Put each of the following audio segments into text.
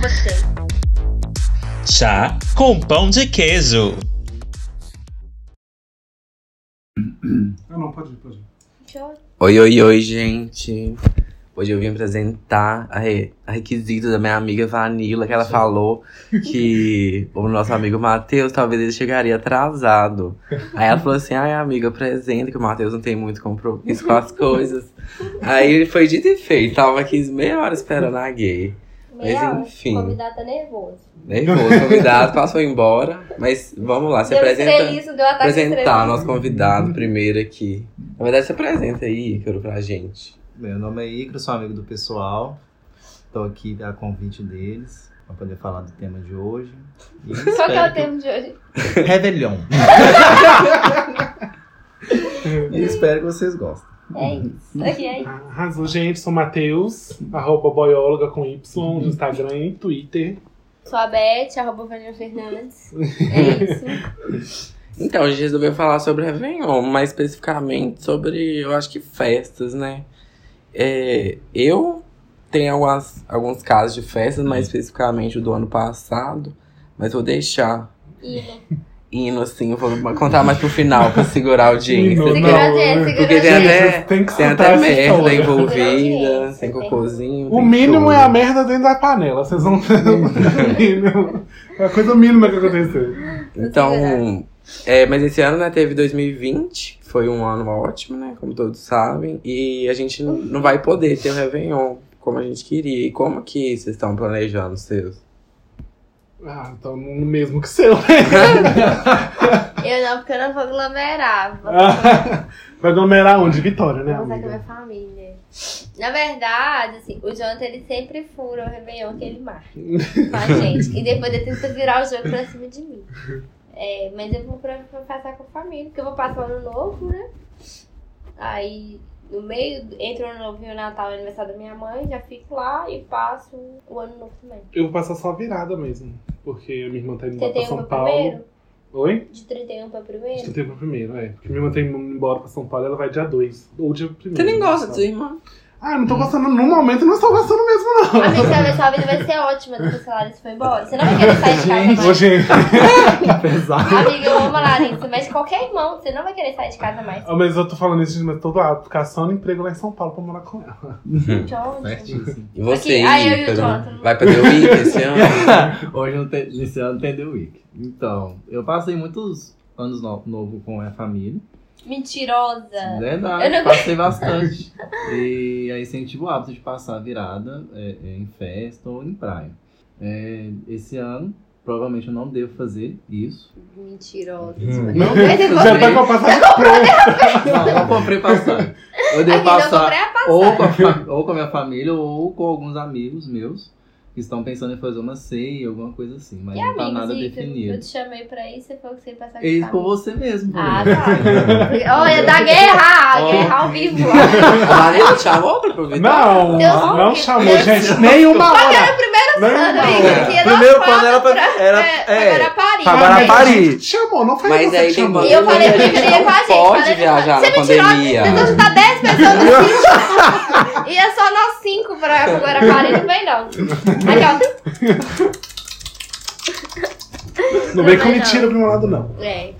você. Chá com pão de queijo. Ah, não, pode ir, pode ir. Oi, oi, oi, gente. Hoje eu vim apresentar a, re- a requisito da minha amiga Vanilla, que ela falou que o nosso amigo Matheus talvez ele chegaria atrasado. Aí ela falou assim: ai, amiga, apresenta que o Matheus não tem muito compromisso com as coisas. Aí ele foi dito e feito, tava aqui meia hora esperando a gay. Mas Meia hora, enfim. o convidado tá nervoso. Nervoso, convidado, passou embora. Mas vamos lá, se deu apresenta. estrelismo, deu ataque Apresentar estrelismo. nosso convidado primeiro aqui. Na verdade, se apresenta aí, Icaro, pra gente. Meu nome é Icaro, sou amigo do pessoal. Estou aqui a convite deles para poder falar do tema de hoje. E Qual que é espero o tema de hoje? que- Réveillon. e espero que vocês gostem. É Uhum. isso. Aqui é isso. Ah, Arrasou, gente. Sou Matheus, arroba boióloga com Y no Instagram e Twitter. Sou a Beth, arroba Vanilla Fernandes. É isso. Então, a gente resolveu falar sobre Réveillon, mais especificamente sobre, eu acho que festas, né? É, eu tenho algumas, alguns casos de festas, mais especificamente o do ano passado, mas vou deixar Hino. indo assim, eu vou contar mais pro final pra segurar a audiência. Hino, Segura porque a audiência, segura porque a tem audiência. até, Tem que tem escutar até essa merda história. Segura a envolvida, audiência, tem tem- cocôzinho. tá O tem mínimo é a choro. merda dentro da panela. Vocês vão ver o mínimo. É a coisa mínima que aconteceu. Então, é, mas esse ano, né, teve 2020, que foi um ano ótimo, né, como todos sabem, e a gente n- não vai poder ter o Réveillon como a gente queria. E como que vocês estão planejando os seus? Ah, então no mesmo que seu. né? Eu não, porque eu não vou aglomerar. Vou Vai aglomerar onde? Vitória, né, conversar com a é minha amiga? família. Na verdade, assim, o Jonathan ele sempre fura o Réveillon que ele marca com a gente. E depois ele tenta virar o jogo pra cima de mim. É, mas eu vou pra, pra passar com a família, porque eu vou passar o ano novo, né? Aí no meio, entre o ano novo e o Natal e o aniversário da minha mãe, já fico lá e passo o ano novo também. Eu vou passar só a virada mesmo. Porque a minha irmã tá indo Você embora tem pra um São pra Paulo. primeiro? Oi? De 31 pra Acho que primeiro? eu tenho pra primeiro, é. Porque minha irmã tá indo embora pra São Paulo, ela vai dia 2. Ou dia 1 Você nem gosta de sua irmã? Ah, não tô gostando no momento, não estou gostando mesmo, Amigo, você vai ver, sua vida vai ser ótima depois que a Larissa foi embora. Você não vai querer sair de casa mais. não. Ô, gente. Pesado. Amiga, eu amo a Larissa, mas qualquer irmão, você não vai querer sair de casa mais. Ah, Mas eu tô falando isso, mas tô lá, caçando emprego lá em São Paulo pra morar com ela. John, Certíssimo. E você, Aqui, aí eu e o Ícaro? Jonathan. Vai pra The Week esse ano? Hoje não tem, nesse ano tem The Week. Então, eu passei muitos anos no, novo com a família. mentirosa. Eu Verdade, não- passei bastante. e aí senti o hábito de passar a virada é, é, em festa ou em praia. É, esse ano, provavelmente eu não devo fazer isso. Mentirosa. Não, Mas eu já tá comprei. com a passagem pronta. Não, não comprei passagem. Eu devo Aqui não comprei passar a passagem. ou com, a fa- ou com a minha família ou com alguns amigos meus que estão pensando em fazer uma ceia, alguma coisa assim. Mas E não tá amigos, nada Ícaro? Eu definido. te chamei pra isso, você falou que você ia passar É isso com família. você mesmo. Ah, Bruno. tá. Olha, da guerra! Ó. Guerra ao vivo. A Marina te chamou pra aproveitar? Não, Deus não me chamou, livre. gente, nem uma hora. Não, amiga, que não Primeiro fala plano era pra. Era, pra- é, pra Paris. pra Guarapari. Te chamou, não foi Mas você aí que tem chamou. banda- E eu falei que eu queria Não com a gente. pode falei, viajar você na me tirou, pandemia. Tentou juntar 10 pessoas no sítio. E é só nós 5 pra pro Guarapari, não vem não. Aqui, Não vem com Não, não. mentira pro meu lado, não. ó. É.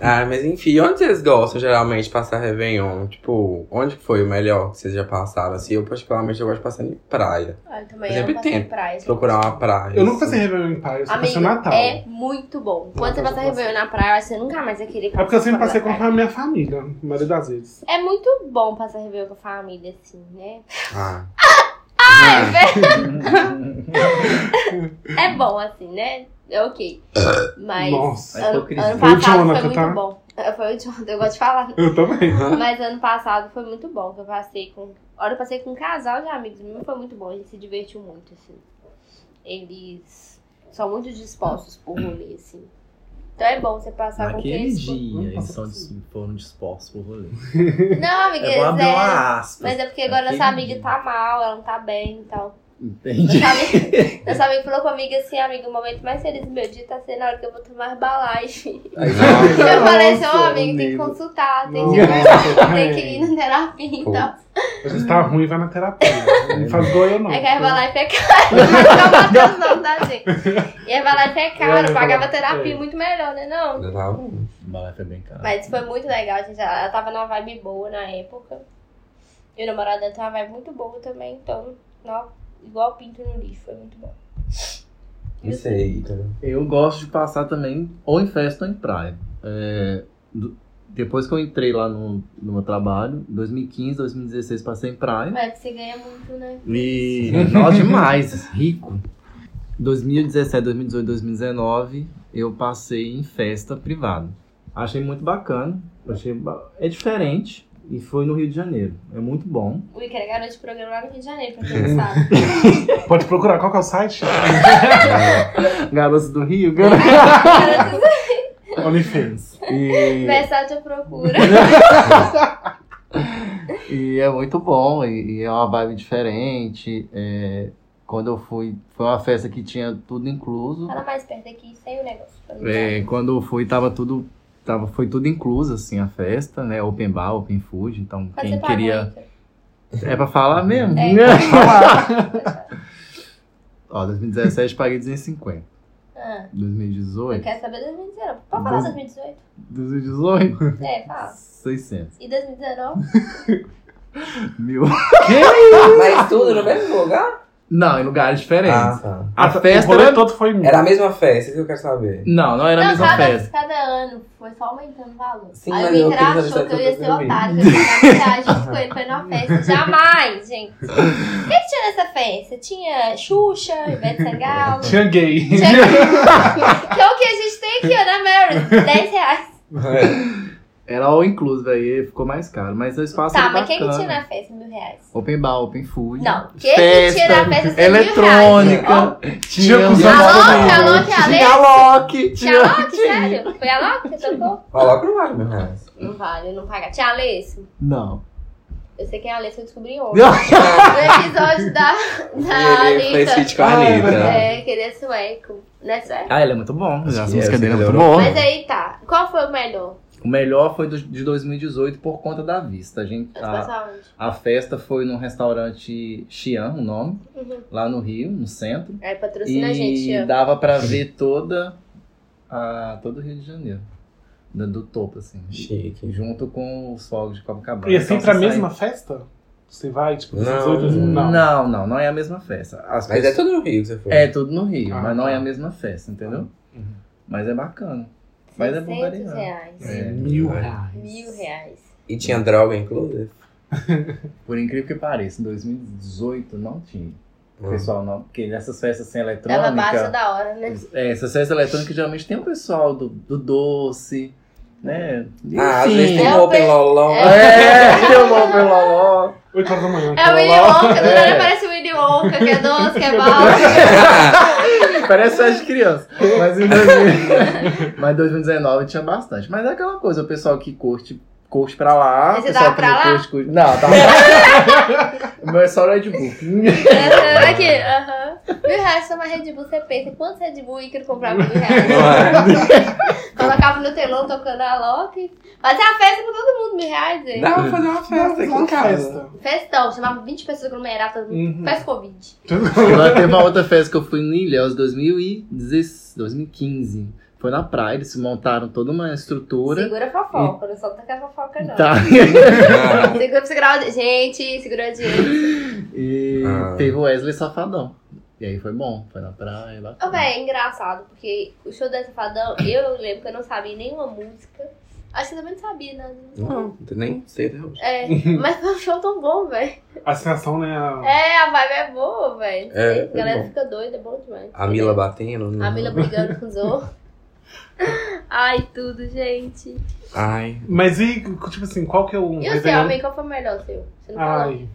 Ah, mas enfim, onde vocês gostam geralmente de passar Réveillon? Tipo, onde que foi o melhor que vocês já passaram? Assim, eu particularmente eu gosto de passar em praia. Olha, também Sempre eu passei tem. em praia. gente. Procurar uma praia. Eu nunca assim. passei Réveillon em praia, eu só passei Amigo, o Natal. é muito bom. Quando você Natal passar eu passei. Réveillon na praia, você nunca mais vai querer É porque eu sempre passei com praia. a minha família, a maioria das vezes. É muito bom passar Réveillon com a família, assim, né? Ah. É, ver- é bom, assim, né? É ok. Mas Nossa. ano, Hipocrisia. ano Foi o passado foi Jonathan, muito tá? bom. É, Foi o Jonathan, eu gosto de falar. Eu também. Mas ano passado foi muito bom, que eu passei com. Olha, eu passei com um casal de amigos, meu foi muito bom, a gente se divertiu muito, assim. Eles são muito dispostos por rolê, assim. Então é bom você passar com quem Naquele eles for- dia, eles são dis- foram dispostos pro rolê. Não, amiga, É bom é abrir sério. uma aspa. Mas é porque agora essa Naquele amiga dia. tá mal, ela não tá bem e tal. Entendi. Nossa amiga falou comigo assim, amiga, o momento mais feliz do meu dia tá sendo a hora que eu vou tomar balagem. Nossa, eu falei assim, ô Nossa, amigo, tem que amigo. consultar, tem que, Nossa, tem que ir velho. na terapia então." e Pô. tal. A gente tá ruim, vai na terapia. Não faz igual eu, não. Aí que a lá e é caro, mas não matando não, tá, gente? E a lá é É, caro, pagava é. terapia muito melhor, né não? ainda tá bom. Balé foi bem caro. Mas foi muito legal, gente. Ela ela tava numa vibe boa na época. E o namorado dela tava uma vibe muito boa também, então, nó, igual pinto no lixo, foi muito bom. Não sei, tá Ícaro. Eu gosto de passar também ou em festa ou em praia. É, do- depois que eu entrei lá no, no meu trabalho, 2015, 2016 passei em praia. Mas você ganha muito, né? E. Nossa, demais, rico. 2017, 2018, 2019, eu passei em festa privada. Achei muito bacana. Achei ba- É diferente. E foi no Rio de Janeiro. É muito bom. O Iker é garoto de programa lá no Rio de Janeiro, pra quem não sabe. Pode procurar qual que é o site? É, Garotos do Rio, garoto. Garoto OnlyFans. de E, Versátil procura. e é muito bom. E, e é uma vibe diferente. É, quando eu fui, foi uma festa que tinha tudo incluso. Fala mais perto aqui, sem o negócio. pra não É, quando eu fui, tava tudo. Tava, foi tudo incluso, assim, a festa, né? Open bar, open food. Então, Quanto quem você pagou, queria. Iker? É pra falar mesmo? né? É. Ó, 2017 paguei 250. Ah, eu 2018? quero saber 2019. Pode falar 2018? 2018? É, fala. 600. E 2019? Mil. Mas tudo no mesmo lugar? Não, em lugares Ah, diferentes. tá. A festa O rolê era- todo foi em Era a mesma festa, isso que eu quero saber. Não, não era a não, mesma cada, festa. cada ano foi só aumentando o valor. Sim, mas Aí o eu Iker queria achou saber que eu se ia eu tô ser dormindo. otário, que eu ia ficar junto com ele, foi numa festa. Jamais, gente. O que, que tinha nessa festa? Tinha Xuxa, Ivete Sangalo. Tinha gay. Tinha... que é o que a gente tem aqui, ó, na Mary. 10 reais. É. Era all inclusive, aí ficou mais caro. Mas o espaço Tá, era mas quem bacana. que tira na festa mil reais? Open bar, open food. Não, quem que tira na festa mil reais? Ó, eletrônica. Tinha Tinha um com A Loki, a Alô, Loki, a Tinha Lê. Loki. Tinha Tinha a Loki, sério? Foi a Loki que tocou? Coloca no vale, meu reais. Não vale, não paga. Tinha a Alessa? Não. Eu sei quem é a Alessa, eu descobri ontem. No episódio da, da Ele fez Anitta. feat com a Ah, é Anitta. verdade. É, que ele é sueco. Não é sueco? Ah, ele é muito bom. As que músicas essa dele é muito melhorou. boa. Mas aí tá, qual foi o melhor? O melhor foi do- de 2018 por conta da vista. A, gente, Tá. Eu a, ah. onde? a festa foi num restaurante Xi'an, o nome, Uhum. lá no Rio, no centro. Aí E patrocina a gente, ó. dava pra ver toda a, todo o Rio de Janeiro. Do, do topo, assim. Chique. Junto com os fogos de Copacabana. E é sempre Então, a você mesma festa? Você vai, tipo, Não. 18, sai- 18, não. Não, não, não é a mesma festa. As Mas é pessoas- tudo no Rio que você foi. É tudo no Rio, Ah, mas não é tá. a mesma festa, entendeu? Uhum. Mas é bacana. Mas é bom 600 variar. né? reais. É. Mil reais. Mil reais. E tinha droga inclusive. Por incrível que pareça, em 2018 não tinha. O Hum. pessoal não, porque nessas festas assim, Ela baixa eletrônicas. da hora, né? É, essas festas eletrônicas geralmente tem o pessoal do, do doce, né? Enfim. Ah, às vezes É tem o open pe- loló. É, tem o Lobo Loló. 8 horas da manhã. É o Willy Wonka, do É. nada parece o Willy Wonka, que é doce, que é bala. Parece festa de criança. Mas em 2000 mas em 2019 tinha bastante. Mas é aquela coisa, o pessoal que curte, curte pra lá. Mas o você pessoal tava que pra não lá? curte, curte. Não, tava pra lá. Meu é só Red tipo, Bull. Aham, Aqui, aham. Mil reais só uma Red Bull, você pensa, quantos Red Bull Ícaro comprava por mil reais? Colocava no telão tocando a Loki. Fazia a festa com todo mundo, mil reais, gente. Dá pra fazer uma festa aqui em casa. festa. Festão, chamava 20 pessoas aglomerar todo mundo. Uhum. Faz Covid. Agora teve uma outra festa que eu fui em Ilhéus 2016, 2015. Foi na praia, eles montaram toda uma estrutura. Segura a fofoca, não solta que a fofoca, não. Tá. Ah, Segura, segura o... Gente, segura a direita. E Ah. teve o Wesley Safadão. E aí foi bom, foi na praia lá. Ô, véi, é engraçado, porque o show da Safadão, eu lembro que eu não sabia nenhuma música. Acho que eu também não sabia nada. Não, nem sei né? até hoje. É, mas foi um show tão bom, velho. A sensação, né? a- É, a vibe é boa, velho. É, É, a foi galera bom. fica doida, é bom demais. A Mila batendo. né? A Mila brigando com os outros. Ai, tudo, gente. Ai. Mas e, tipo assim, qual que é o. E o seu, Réveillon- amigo, qual foi o melhor seu? Você não falou? Ai.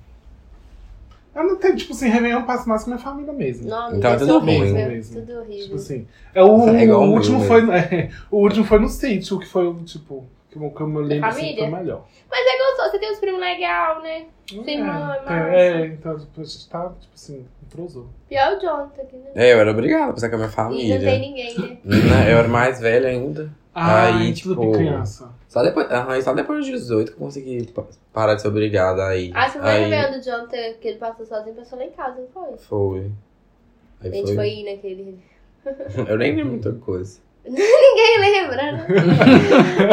Eu não tenho, tipo assim, Réveillon passo mais com minha família mesmo. Não, amigo, Então, é tudo ruim. horrível. Tudo Tipo horrível. assim. É o, É igual o o meu último mesmo. foi. é, o último foi no sítio, que foi o, tipo. Que eu, que eu me lembro assim, que foi família? o melhor. Mas é gostoso só- você tem os primos legais, né? Sim, mãe, é, massa. é, então tipo, a gente tá, tipo assim, entrosou. Pior o Jonathan aqui, né? É, eu era obrigada a passar com a minha E não tem família. ninguém, né? Né, Eu era mais velha ainda. Ah, Aí, e tudo tipo, de criança. Só depois, aham, e só depois dos 18 que eu consegui pa- parar de ser obrigada aí. Acho que o primeiro aí Réveillon do Jonathan que ele passou sozinho passou lá em casa, não foi? foi. Aí A gente foi ir naquele. Eu nem lembro muita coisa. Ninguém lembra, né?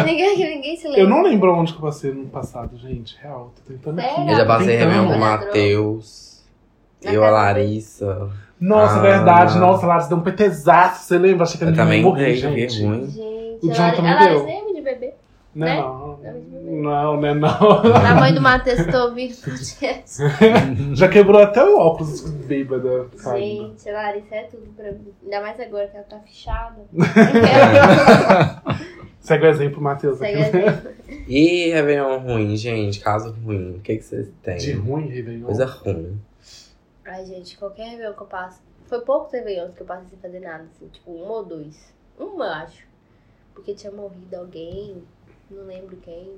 ninguém, ninguém se lembra. Eu não lembro onde que eu passei no passado, gente. Real, tô tentando Sério? aqui. Eu já passei Então. Réveillon com o Ladrão. Matheus. né, Na Eu, a casa Larissa. Nossa, Ah. verdade. Nossa, Laris deu um petezaço, você lembra? Achei que Eu ele também morri, dei, joguei gente. Não, ruim. Gente, O a Lari- Jonathan me a Larissa deu. nem é muito de bebê. né? Né? não. Não, né, não. A mãe do Matheus tô ouvindo o podcast. Já quebrou até o óculos bêbada saindo. Gente, a Larissa é tudo pra mim. Ainda mais agora que ela tá fechada. Segue o exemplo, Matheus. Segue aqui. né? assim. E Réveillon ruim, gente. Caso ruim. O que, que vocês De têm? ruim, Réveillon. Coisa ruim. Ai, gente, qualquer Réveillon que eu passo. Foi poucos Réveillons que eu passei sem fazer nada, assim, tipo, um ou dois. Um, eu acho. Porque tinha morrido alguém, não lembro quem.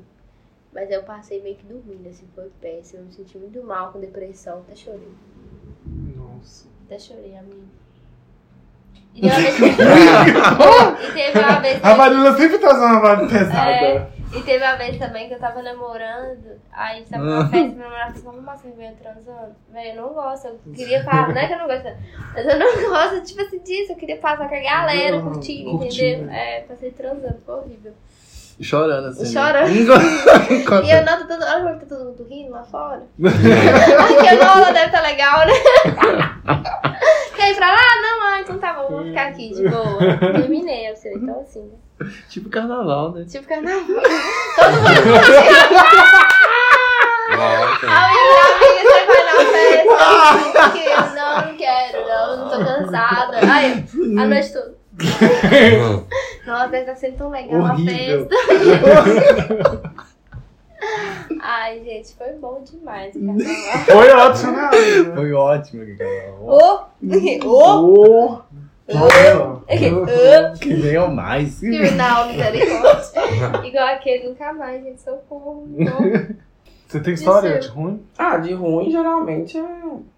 Mas eu passei meio que dormindo, assim, foi péssimo. Eu me senti muito mal com depressão, até chorei. Nossa. Até chorei, amigo. E teve uma vez que. e teve uma vez que- A Marília sempre traz uma vibe pesada. É. E teve uma vez também que eu tava namorando, aí a gente tava numa festa, meu namorado falou, vamos arrumar cerveja transando? Velho, eu não gosto, eu queria passar, não é que eu não gosto, mas eu não gosto, tipo assim, disso, eu queria passar com a galera, Não, curtindo, curtindo. entendeu? É, passei transando, foi horrível. Chorando assim. né? Chorando. Enquanto- E eu noto toda hora como é que tá todo mundo rindo lá fora. Porque eu não, ela deve tá legal, né? Quer ir pra lá? Não, ah, então tá bom, vou ficar aqui, de boa. Terminei, eu sei, então assim, né? Tipo carnaval, né? Tipo carnaval. Ah. Nossa. Amiga, você vai na Ah! festa. que eu Não, não quero, não, não tô cansada. Ai, a noite toda. Hum. Nossa, deve estar tá sendo tão legal a Horrível. festa. Ai, gente, foi bom demais. o carnaval. Foi ótimo, né? É. Marília? Foi ótimo, carnaval. Ô! Ô! Oh. Ô! Que venham mais. Final, misericórdia. Igual aquele, nunca mais, gente, socorro. não. Você tem história Isso. de ruim? Ah, de ruim geralmente é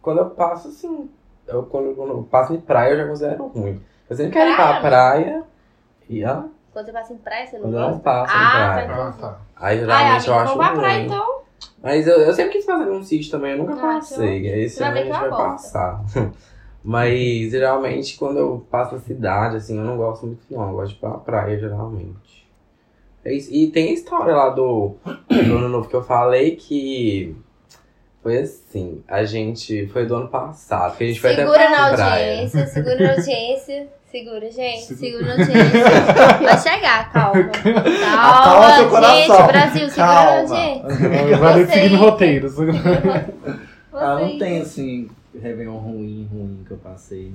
quando eu passo assim. Eu, quando, quando eu passo em praia eu já considero ruim. Eu sempre quero ir pra praia. E ah, Quando você passa em praia, você não quando eu não gosta? passo em Ah, praia. tá. Aí Ai, geralmente amiga, eu acho vamos pra ruim. praia então. Mas eu, eu sempre quis fazer um sítio também, eu nunca Ah, passei. Esse Vai ano a ver gente que é vai uma bosta. passar. Mas geralmente quando eu passo a cidade, assim, eu não gosto muito não. Eu gosto de ir pra praia, geralmente. É isso. E tem a história lá do, do ano novo que eu falei que foi assim. A gente. Foi do ano passado. Que a gente foi Segura até na pra praia. audiência, segura na audiência. Segura, gente, segura na audiência. Vai chegar, calma. Calma, Acalma seu coração. gente, Brasil, segura na Calma. audiência. Vai Você seguindo aí. roteiros. Ah, não Vocês. tem assim, Réveillon ruim, ruim que eu passei.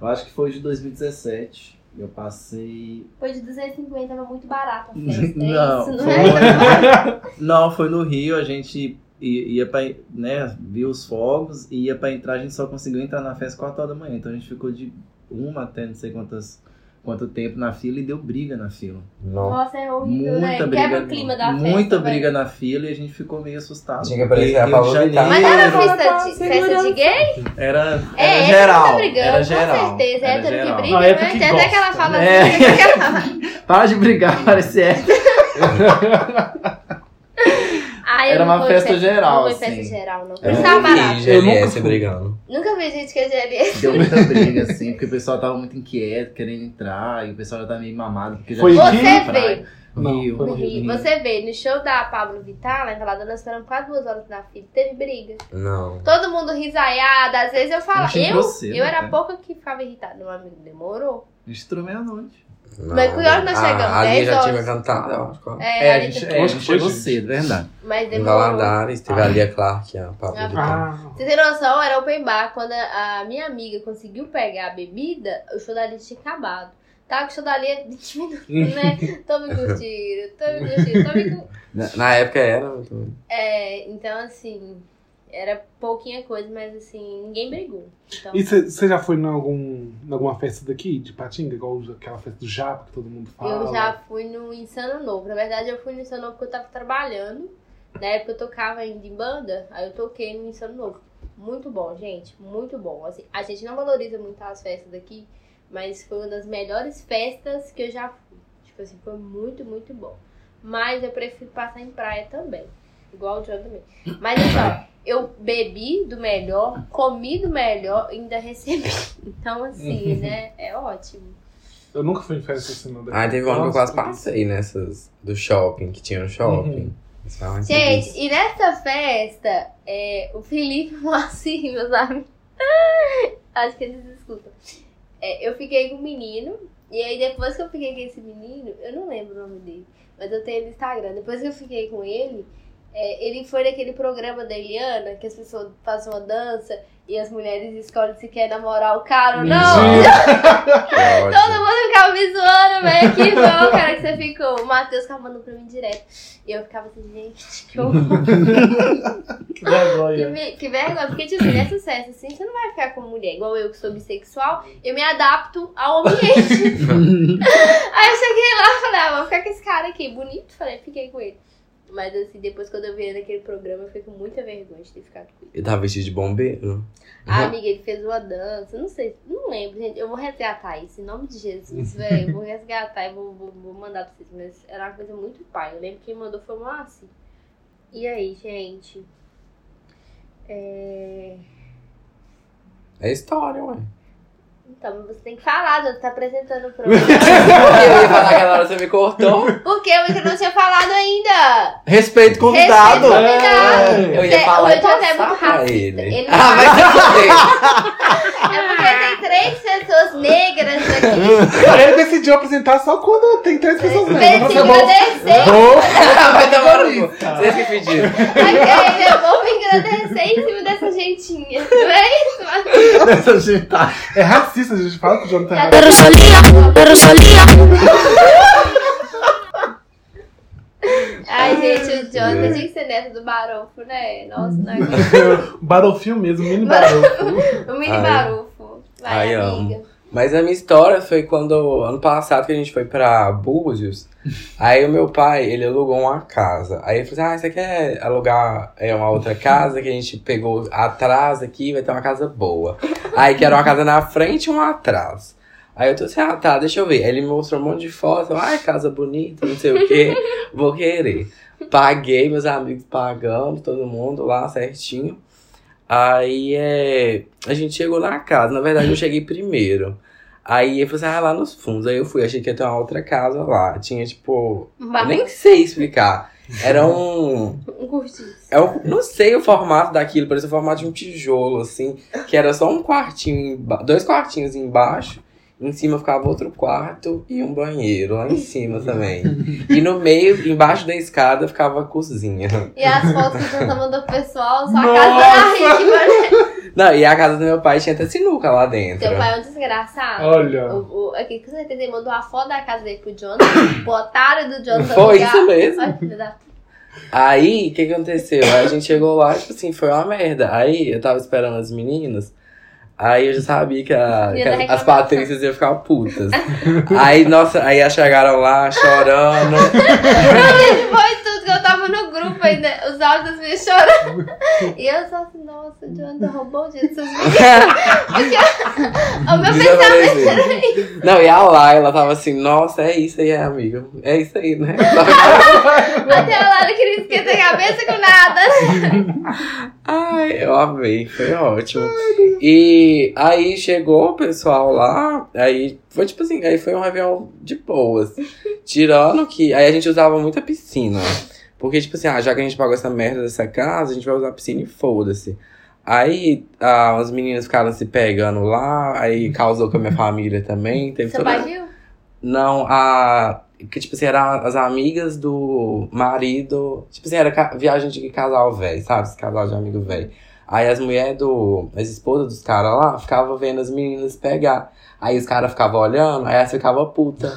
Eu acho que foi de 2017. Eu passei. Foi de 250, tava muito barato a festa. É Não, isso, não foi- é? Não, foi no Rio, a gente i- ia pra. né, viu os fogos e ia pra entrar, a gente só conseguiu entrar na festa 4 horas da manhã. Então a gente ficou de uma até não sei quantas, quanto tempo na fila e deu briga na fila. Nossa. Nossa, é horrível, né? Muita briga. Quebra o clima da festa. Muita velho. briga na fila e a gente ficou meio assustado. Tinha que porque aparecer a Rio de Paula Vittar. Mas Janeiro- era festa de, festa de gay? Era, era É, hétero geral. que tá brigando, era com geral. certeza. era hétero que geral. briga, Não, né? hétero que Tem até que ela gosta. fala É. assim, tem até que ela fala. Para de brigar, parece é. hétero. Ah, eu não Era uma vou em festa geral, Não foi festa assim. geral, não. Eu Por isso tava nunca vi barato. Eu nunca GLS fui. brigando. Nunca vi gente que é GLS. Deu muita briga, assim, porque o pessoal tava muito inquieto, querendo entrar, e o pessoal já tava meio mamado. Porque já Foi tinha Você ido pra vê. praia. Não, Rio. foi No Rio. Você vê, no show da Pablo Vittar, lá em Valada, nós esperamos quase duas horas na fila, teve briga. Não. Todo mundo risaiado, às vezes eu Eu falava. achei Eu, grosseiro, né? eu era até. pouca que ficava irritada. Meu amigo demorou. A gente entrou meia-noite. não. Mas que hora nós chegamos? Ah, ali Dez já tinha horas. cantado, eu acho. quase. É, É, a ali- gente, é, a gente chegou chegou cedo, verdade. mas Em demorou. Valadares, teve ali a Clark, a Paula Ah. Vittar. Ah, Você tem noção, era open bar. Quando a a minha amiga conseguiu pegar a bebida, o show dali tinha acabado. Tava com o show dali há 20 minutos, né? Tô me curtindo, tô me curtindo, tô me curtindo. Na, na época era. muito- É, então assim, era pouquinha coisa, mas assim, ninguém brigou. Então, e você já foi em, algum, em alguma festa daqui, de Patinga? Igual aquela festa do Japa que todo mundo fala? Eu já fui no Insano Novo. Na verdade, eu fui no Insano Novo porque eu tava trabalhando. Na época eu tocava ainda em banda, aí eu toquei no Insano Novo. Muito bom, gente, muito bom. Assim, a gente não valoriza muito as festas daqui, mas foi uma das melhores festas que eu já fui. Tipo assim, foi muito, muito bom. Mas eu prefiro passar em praia também. Igual o John também. Mas então, eu bebi do melhor, comi do melhor, ainda recebi. Então, assim, né? É ótimo. Eu nunca fui em festa assim, não. Ai, teve um ano que eu quase Nossa, passei nessas do shopping, que tinha no shopping. Isso foi uma Uhum. Gente, delícia. e nessa festa, é, o Felipe falou assim, meus amigos. Acho que eles escutam. É, eu fiquei com um menino, e aí depois que eu fiquei com esse menino, eu não lembro o nome dele, mas eu tenho ele no Instagram. Depois que eu fiquei com ele, é, ele foi naquele programa da Eliana, que as pessoas fazem uma dança e as mulheres escolhem se quer namorar o cara ou não. Mentira! Que ódio. Todo mundo ficava me zoando, velho. Que bom, cara, que você ficou. O Matheus ficava mandando pra mim direto. E eu ficava assim, gente, que horror. Que Que, vergonha. me- que vergonha. Porque, tipo, nessa sucesso assim, você não vai ficar com mulher. Igual eu que sou bissexual, eu me adapto ao ambiente. Aí eu cheguei lá e falei, ah, vou ficar com esse cara aqui, bonito. Falei, fiquei com ele. Mas assim, depois quando eu vi ele naquele programa, eu fiquei com muita vergonha de ter ficado com ele. Eu tava vestido de bombeiro. A amiga, ele fez uma dança, não sei, não lembro, gente. Eu vou resgatar isso, em nome de Jesus, velho. Eu vou resgatar e vou, vou, vou mandar pra vocês. Mas era uma coisa muito pai. Eu lembro que quem mandou foi o Moacir. E aí, gente? É... É história, ué. Então, mas você tem que falar, Jô, você tá apresentando o programa. eu ia falar aquela hora, você me cortou. Porque o Ica não tinha falado ainda. Respeito convidado. Respeito convidado. Eu Zé, ia falar o e Jô é muito passar pra racista. ele. Ele não Ah, vai se fuder. É porque tem três pessoas negras aqui. Ele decidiu apresentar só quando tem três pessoas negras. Vem Você é se bom. agradecer. Vai então tomar no cu. Vocês que pediram. Ok, eu vou me agradecer em cima dessa gentinha. Não é isso, Matheus? Essa gente tá É racista, a gente fala que o Jonathan é racista. Pero solía, pero solía. Ai, gente, o É. Jonathan tinha que ser neto do Barofo, né? Nossa, não é? Barofio mesmo, mini barofio. O mini Ai. Barofo. Vai, Ai, amiga. Mas a minha história foi quando, ano passado, que a gente foi pra Búzios. Aí o meu pai, ele alugou uma casa. Aí ele falou assim, ah, você quer alugar é, uma outra casa que a gente pegou atrás aqui, vai ter uma casa boa. Aí que era uma casa na frente e uma atrás. Aí eu tô assim, ah, tá, deixa eu ver. Aí ele me mostrou um monte de foto, ai, casa bonita, não sei o quê, vou querer. Paguei, meus amigos pagamos, todo mundo lá certinho. Aí é, a gente chegou na casa, na verdade eu cheguei primeiro. Aí eu falei assim, ah, lá nos fundos. Aí eu fui, achei que ia ter uma outra casa lá. Tinha tipo. Eu Barro, nem sei explicar. Era um. um curtiço. É um- não sei o formato daquilo, parecia o formato de um tijolo, assim. Que era só um quartinho, emba- dois quartinhos embaixo. Em cima ficava outro quarto e um banheiro lá em cima também. E no meio, embaixo da escada, ficava a cozinha. E as fotos que o Jonathan mandou pro pessoal, só a casa da rica. Não, e a casa do meu pai tinha até sinuca lá dentro. Seu pai é um desgraçado. Olha. O, o, aqui, com certeza, ele mandou a foto da casa dele pro Jonathan, botaram do Jonathan Foi no lugar. isso mesmo. Ai, filho da Aí, o que que aconteceu? Aí a gente chegou lá, tipo assim, foi uma merda. Aí eu tava esperando as meninas. Aí eu já sabia que, a- Ia que dar as, as reclamação. Patrícias iam ficar putas. aí, nossa, aí elas chegaram lá chorando. Foi tudo que eu tava no grupo ainda, os áudios das meninas chorando. E eu só assim, nossa, o Jonathan roubou o dia dessas meninas. O meu pensamento Desapareceu. era isso. Não, e a Laila tava assim, nossa, é isso aí, amiga. É isso aí, né? Até a Lara que não esquenta a cabeça com nada. Ai, eu amei, foi ótimo. E aí chegou o pessoal lá, aí foi tipo assim, aí foi um Réveillon de boas. Tirando que aí a gente usava muita piscina. Porque, tipo assim, ah, já que a gente pagou essa merda dessa casa, a gente vai usar a piscina e foda-se. Aí ah, as meninas ficaram se pegando lá, aí causou com a minha família também. Teve Seu toda- pai viu? Não, a. Que, tipo assim, eram as amigas do marido. Tipo assim, era ca- viagem de casal velho, sabe? Esse casal de amigo velho. Aí as mulheres do. As esposas dos caras lá ficavam vendo as meninas pegar. Aí os caras ficavam olhando, aí elas ficavam puta.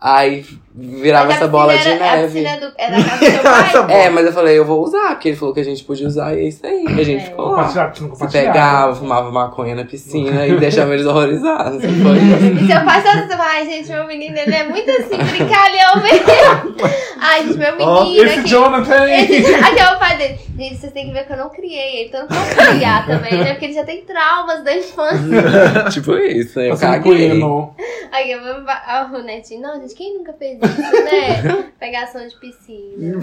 Aí virava Mas a essa bola de piscina era- neve. A piscina do, é da casa do seu pai? É, mas eu falei, eu vou usar, porque ele falou que a gente podia usar e é isso aí. A gente É. ficou lá. Compartilhava, tinha Se compartilhado. pegava, fumava maconha na piscina e deixava eles horrorizados. Foi. E seu pai só disse, ai, gente, meu menino, ele é muito assim, brincalhão mesmo. Ai, gente, meu Ó, menino esse aqui. Jonathan! hein? Esse- Aqui é o pai dele. Gente, vocês têm que ver que eu não criei ele, então eu não posso criar também, né? Porque ele já tem traumas da infância. tipo isso, eu Passando caguei. pano. Aí eu vou. ah, O Netinho, não, gente, quem nunca fez isso, né? Pegação de piscina.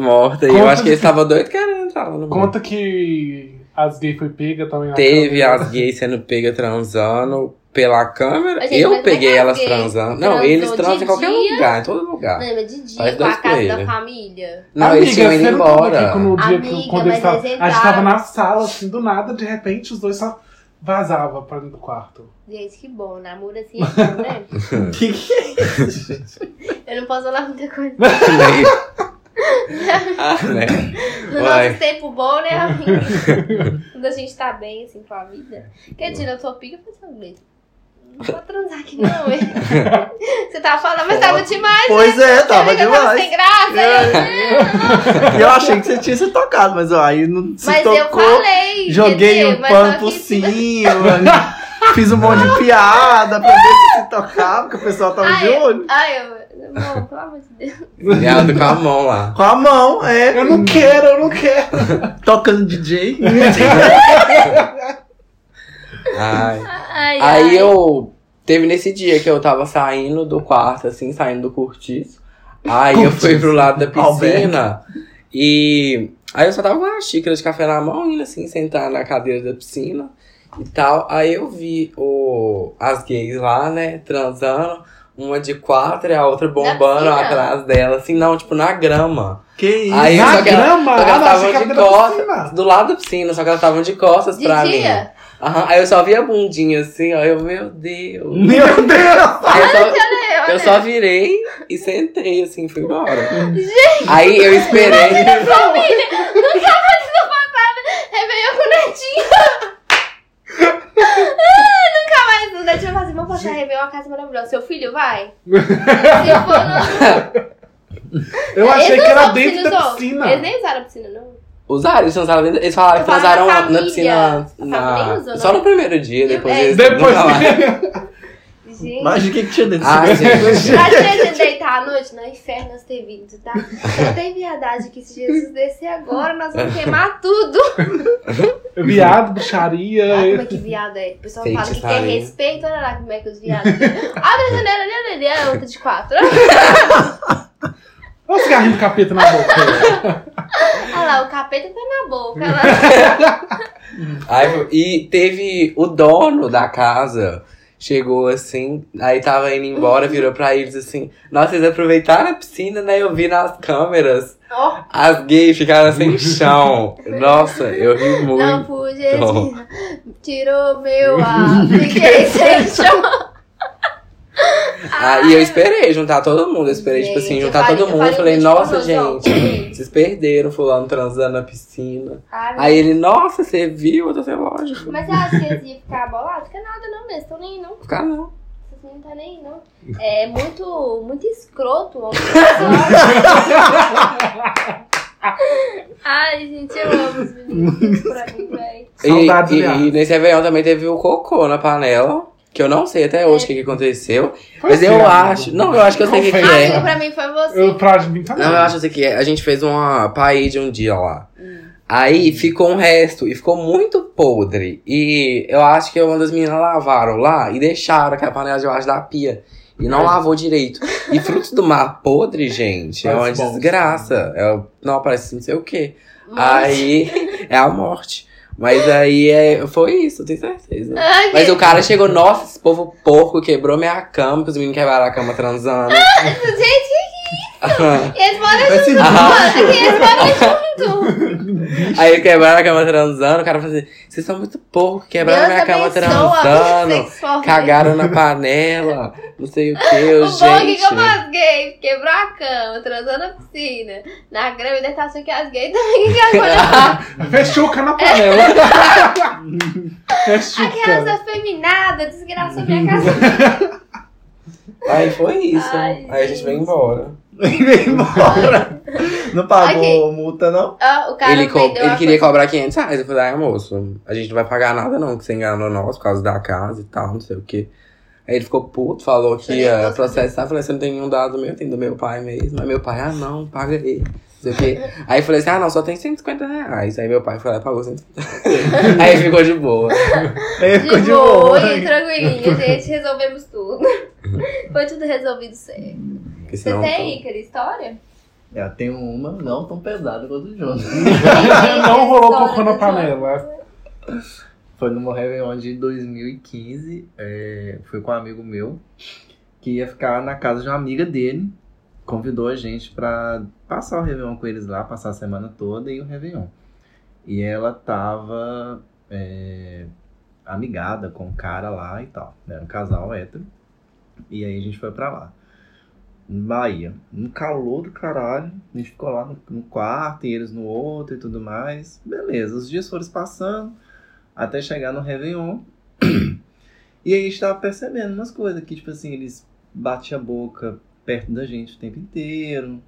Morta. E eu Conta- acho que eles estavam doidos querendo entrar lá no banheiro. Conta que as gays foi pega também. na Teve cama. as gays sendo pega transando pela câmera. Mas, gente, eu mas como é peguei que elas as gays transando. Não, transam eles de transam em qualquer dia? lugar, em todo lugar. Não, mas de dia Faz com a dois né? casa da coelhos. família. Não, Amiga, eles tinham ido você não tava aqui embora. quando o dia que- Amiga, quando eles mas tavam- eles A gente tava entraram. na sala, assim, do nada, de repente, os dois só vazava pra dentro do quarto. Gente, que bom, namoro assim é bom, né? Que que é? Eu não posso falar muita coisa. Ah, né? No Vai. nosso tempo bom, né, amiga? Quando a gente tá bem, assim, com a vida. Quer tirar a sua pica pra seu beijo. Não vou transar aqui, não, hein? Você tava falando, mas tava demais. Pois é, tava Você viu que eu Tava sem demais. É, graça, né? hein? E eu achei que você tinha se tocado, mas ó, aí não se Mas eu tocou. falei. joguei entendeu? um Mas pano só por que- cima. né? Fiz um monte de piada pra ver se se tocava, que o pessoal tava de Ai, olho. Ai, eu. Não, pelo amor de Deus. E ela com a mão lá. Com a mão, é. Eu não quero, eu não quero. Tocando DJ. Ai. Ai, Aí ai. eu. Teve nesse dia que eu tava saindo do quarto, assim, saindo do cortiço. Aí eu fui pro lado da piscina. e aí eu só tava com uma xícara de café na mão, indo assim, sentar na cadeira da piscina e tal. Aí eu vi o, as gays lá, né, transando. Uma de quatro e a outra bombando piscina? atrás dela, assim, não, tipo, na grama. Que isso? Aí Na só que ela- grama? só que Ah, não, elas achei que estavam era de dentro da costas, piscina. do lado da piscina, só que elas estavam de costas De pra mim. dia? Aham, aí eu só vi a bundinha assim, ó. Eu, meu Deus. Meu Deus! Ah, Aí eu só, Olha, olha. eu só virei e sentei, assim, fui embora. Aí eu é esperei. Réveillon é com o Netinho. ah, nunca mais. O Netinho vai falar assim: vamos passar Réveillon, uma casa maravilhosa. Seu filho vai? Se for, não. Eu achei Eles que não era usam dentro da usam. piscina. Eles nem usaram a piscina, não. Usaram, eles transaram. Eles falaram que Eu falo transaram na na, na família. piscina. A na- família usou, só não? no primeiro dia, depois É. eles. Depois. nunca mais. Gente. Imagina o que, que tinha dentro Ah, desse gente. Pra gente deitar à noite, não, inferno nós ter vindo, tá? Só tem viadagem que se Jesus descer agora, nós vamos queimar tudo. Viado, bruxaria. Olha como é que viado é. O pessoal fala que quer Feitiçaria. respeito, olha lá como é que os viados. Abre a janela ali, olha ali, olha a outra de quatro. Olha o cigarrinho do capeta na boca. Olha lá, o capeta tá na boca. né? Olha lá. Aí, foi- e teve o dono da casa. Chegou assim, aí tava indo Uhum. embora, virou pra eles assim: Nossa, vocês aproveitaram a piscina, né? Eu vi nas câmeras. Ó. As gays ficaram sem chão. Nossa, eu ri muito. Não pude, tirar. tirou meu ar, fiquei sem chão. Aí Ah, eu esperei juntar todo mundo. Eu esperei, tipo assim, Ah, Gente, eu juntar falei- todo eu mundo. falei, Eu falei, gente, nossa, como eu gente, sou?" vocês perderam fulano transando na piscina. Ai, Aí ele, nossa, você viu? Eu tô sendo lógico. Mas você acha que eles iam ficar bolados? Fica nada não mesmo, tô nem aí, não. Ficar não. Vocês não tá nem aí, não. É muito, muito escroto o homem. Nossa. Ai, gente, eu amo os meninos. Isso pra mim, véi. E, Saudades e- dela. e nesse Réveillon também teve o cocô na panela. Que eu não sei até É. hoje o que, que aconteceu. Foi Mas eu assim, acho. amigo. Não, eu acho que eu sei o que, que Confere. Amigo, é. pra mim foi você. Eu, pra mim também. Não, eu acho que que é. A gente fez uma paella um dia lá. Aí ficou um resto e ficou muito podre. E eu acho que uma das meninas lavaram lá e deixaram aquela panela debaixo da pia. E não lavou direito. E frutos do mar podre, gente, é uma Parece bom. desgraça. É, não, parece não sei o quê. Mas- Aí é a morte. Mas aí é, foi isso, eu tenho certeza. Ai, Mas o cara chegou, nossa, esse povo porco quebrou minha cama, que os meninos quebraram a cama transando. Gente, e eles moram Esse juntos, Ah. bicho. mano. E eles moram juntos. Aí quebraram a cama transando, o cara falou assim: vocês são muito porco, quebraram minha cama transando, Cagar. cagaram na panela, não sei o que, eu, O bom é que gente. eu as gays quebrou a cama, transou na piscina. Na grama, ele tá achando que as gays também que agora. Fechou o cana panela. Fechou o Aquelas cana. afeminadas, desgraçou minha casa. Aí foi isso. Ai, aí a gente veio embora. E veio embora. Não pagou multa, não? Ó, o cara ele co- vendeu ele a queria coisa- cobrar 500 reais. Eu falei, ai, moço, a gente não vai pagar nada não, que você enganou nós por causa da casa e tal, não sei o quê. Aí ele ficou puto, falou que Eu nem ia posso processar. Eu Falei, você não tem nenhum dado meu, tem do meu pai mesmo. Aí meu pai, ah, não, paga aí. Não sei o quê. Aí eu falei assim, ah, não, só tem 150 reais. Aí meu pai foi lá e pagou 150 reais. Aí ficou de boa. Aí ficou de boa. e tranquilinho, gente, resolvemos tudo. Foi tudo resolvido certo. Porque Você senão- tem, Ícaro, história? Já É, tem uma não tão pesada quanto o Jonas. Não rolou História cocô na do panela. Foi no Réveillon de 2015. É, foi com um amigo meu que ia ficar na casa de uma amiga dele. Convidou a gente pra passar o Réveillon com eles lá, passar a semana toda e o Réveillon. E ela tava é, amigada com o cara lá e tal. Era um casal hétero. E aí a gente foi pra lá. Bahia. No calor do caralho, a gente ficou lá no, no quarto e eles no outro e tudo mais. Beleza, os dias foram passando até chegar no Réveillon. e aí a gente tava percebendo umas coisas que, tipo assim, eles batiam a boca perto da gente o tempo inteiro.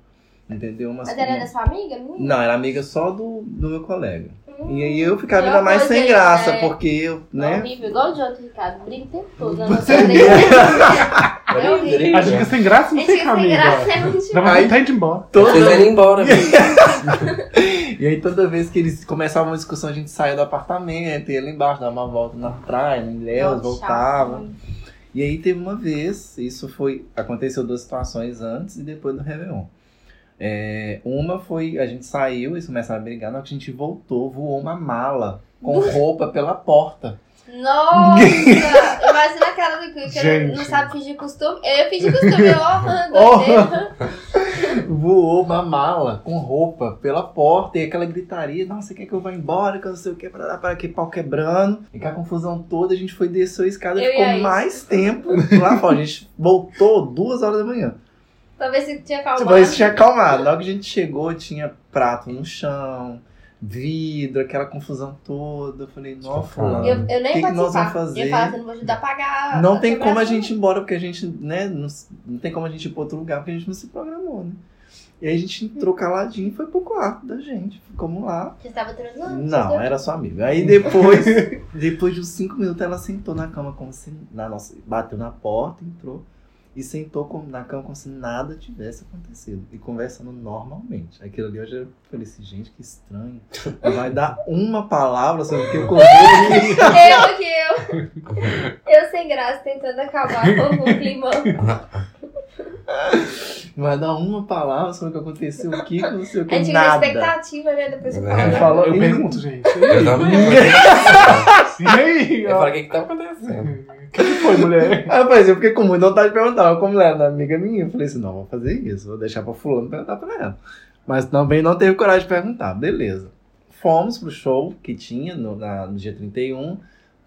Entendeu? Umas Mas era da umas- sua amiga? Minha? Não, era amiga só do, do meu colega. Hum, E aí eu ficava Pior ainda mais coisa sem aí, graça, né? porque eu, né? Horrível, igual o de outro Ricardo. Brinca o tempo todo. Eu não sei nem- É horrível. A gente fica sem graça, não Gente, fica, sem graça amiga. é muito Dá demais. uma vontade de ir tá embora. Vocês vão indo embora, né? viu? E aí toda vez que eles começavam uma discussão, a gente saía do apartamento, ia lá embaixo, dava uma volta na praia, em Léus, Nossa, voltava. chato. E aí teve uma vez, isso foi. Aconteceu duas situações antes e depois do Réveillon. É, uma foi, a gente saiu, eles começaram a brigar, na hora que a gente voltou, voou uma mala com roupa pela porta. Nossa! Imagina a cara do Quick, ele não Gente. sabe fingir costume. Eu ia fingir costume, eu honrando. Oh. né? Voou uma mala com roupa pela porta e aquela gritaria, nossa, quer que eu vá embora, que eu não sei o que, para para que pau quebrando. E com a confusão toda, a gente foi desceu a escada, Eu ia ficou isso. mais tempo lá fora. A gente voltou duas horas da manhã. Pra ver se tinha Tipo, aí isso calmado. tinha acalmado. Logo que a gente chegou, tinha prato no chão, vidro, aquela confusão toda. Eu falei, nossa, Chocado. Eu, fulano, eu nem que que participar. nós vamos Eu fazer? falo, você não vou ajudar a pagar. não tem como a quebração. gente ir embora, porque a gente, né, não, s- não tem como a gente ir pra outro lugar, porque a gente não se programou, né? E aí a gente entrou caladinho e foi pro quarto da gente. Ficamos Ah, lá. Você estava transando? Não, é. era só amigo. Aí depois, depois de uns cinco minutos, ela sentou na cama como se. Na nossa, bateu na porta, entrou. E sentou como- na cama como se nada tivesse acontecido. E conversando normalmente. Aquilo ali eu já falei assim, gente, que estranho. Vai dar uma palavra sobre o que ocorreu aqui. Eu que eu. Eu sem graça tentando acabar com o clima. Vai dar uma palavra sobre o que aconteceu aqui, que não sei o A que. é gente fica na Nada. expectativa, né? Depois que É. fala. Falou, Eu e- pergunto, gente. Eu E também. eu falei, aí? E aí? Eu ó? falei, o que que tá acontecendo? O que foi, mulher? Aí eu falei assim, eu fiquei com muita vontade de perguntar. Mas Como ela era amiga minha, eu falei assim, não, vou fazer isso, vou deixar pra fulano perguntar pra ela. Mas também não teve coragem de perguntar, beleza. Fomos pro show que tinha no, na- no dia 31,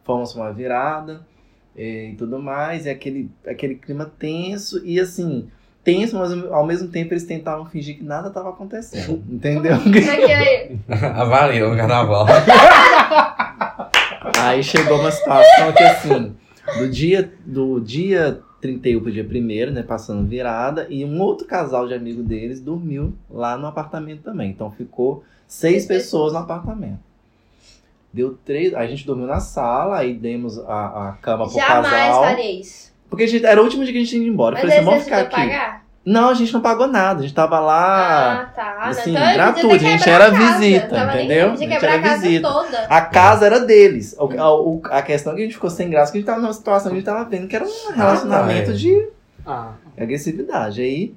fomos pra uma virada eh, e tudo mais, e aquele, aquele clima tenso, e assim, tenso, mas ao mesmo tempo eles tentavam fingir que nada tava acontecendo, entendeu? Como é que é? Avalia no carnaval. Aí chegou uma situação que assim, do dia, do dia 31 pro dia 1 né, passando virada, e um outro casal de amigo deles dormiu lá no apartamento também. Então ficou seis pessoas no apartamento. Deu três. A gente dormiu na sala, aí demos a, a cama pro Jamais casal. faria isso. Porque a gente, era o último dia que a gente tinha ido embora. Mas Eu falei aí assim, você vamos ficar ajudou a aqui. pagar? Não, a gente não pagou nada. A gente tava lá. Ah, tá. assim, então eu podia ter gratuito, a gente quebrado era a casa. visita, Tava nem- entendeu? Podia A gente quebrar a era casa visita. toda. A casa era deles. O- a, o- a questão é que a gente ficou sem graça, que a gente tava numa situação que a gente tava vendo que era um relacionamento Ah, é. de Ah, É agressividade. Aí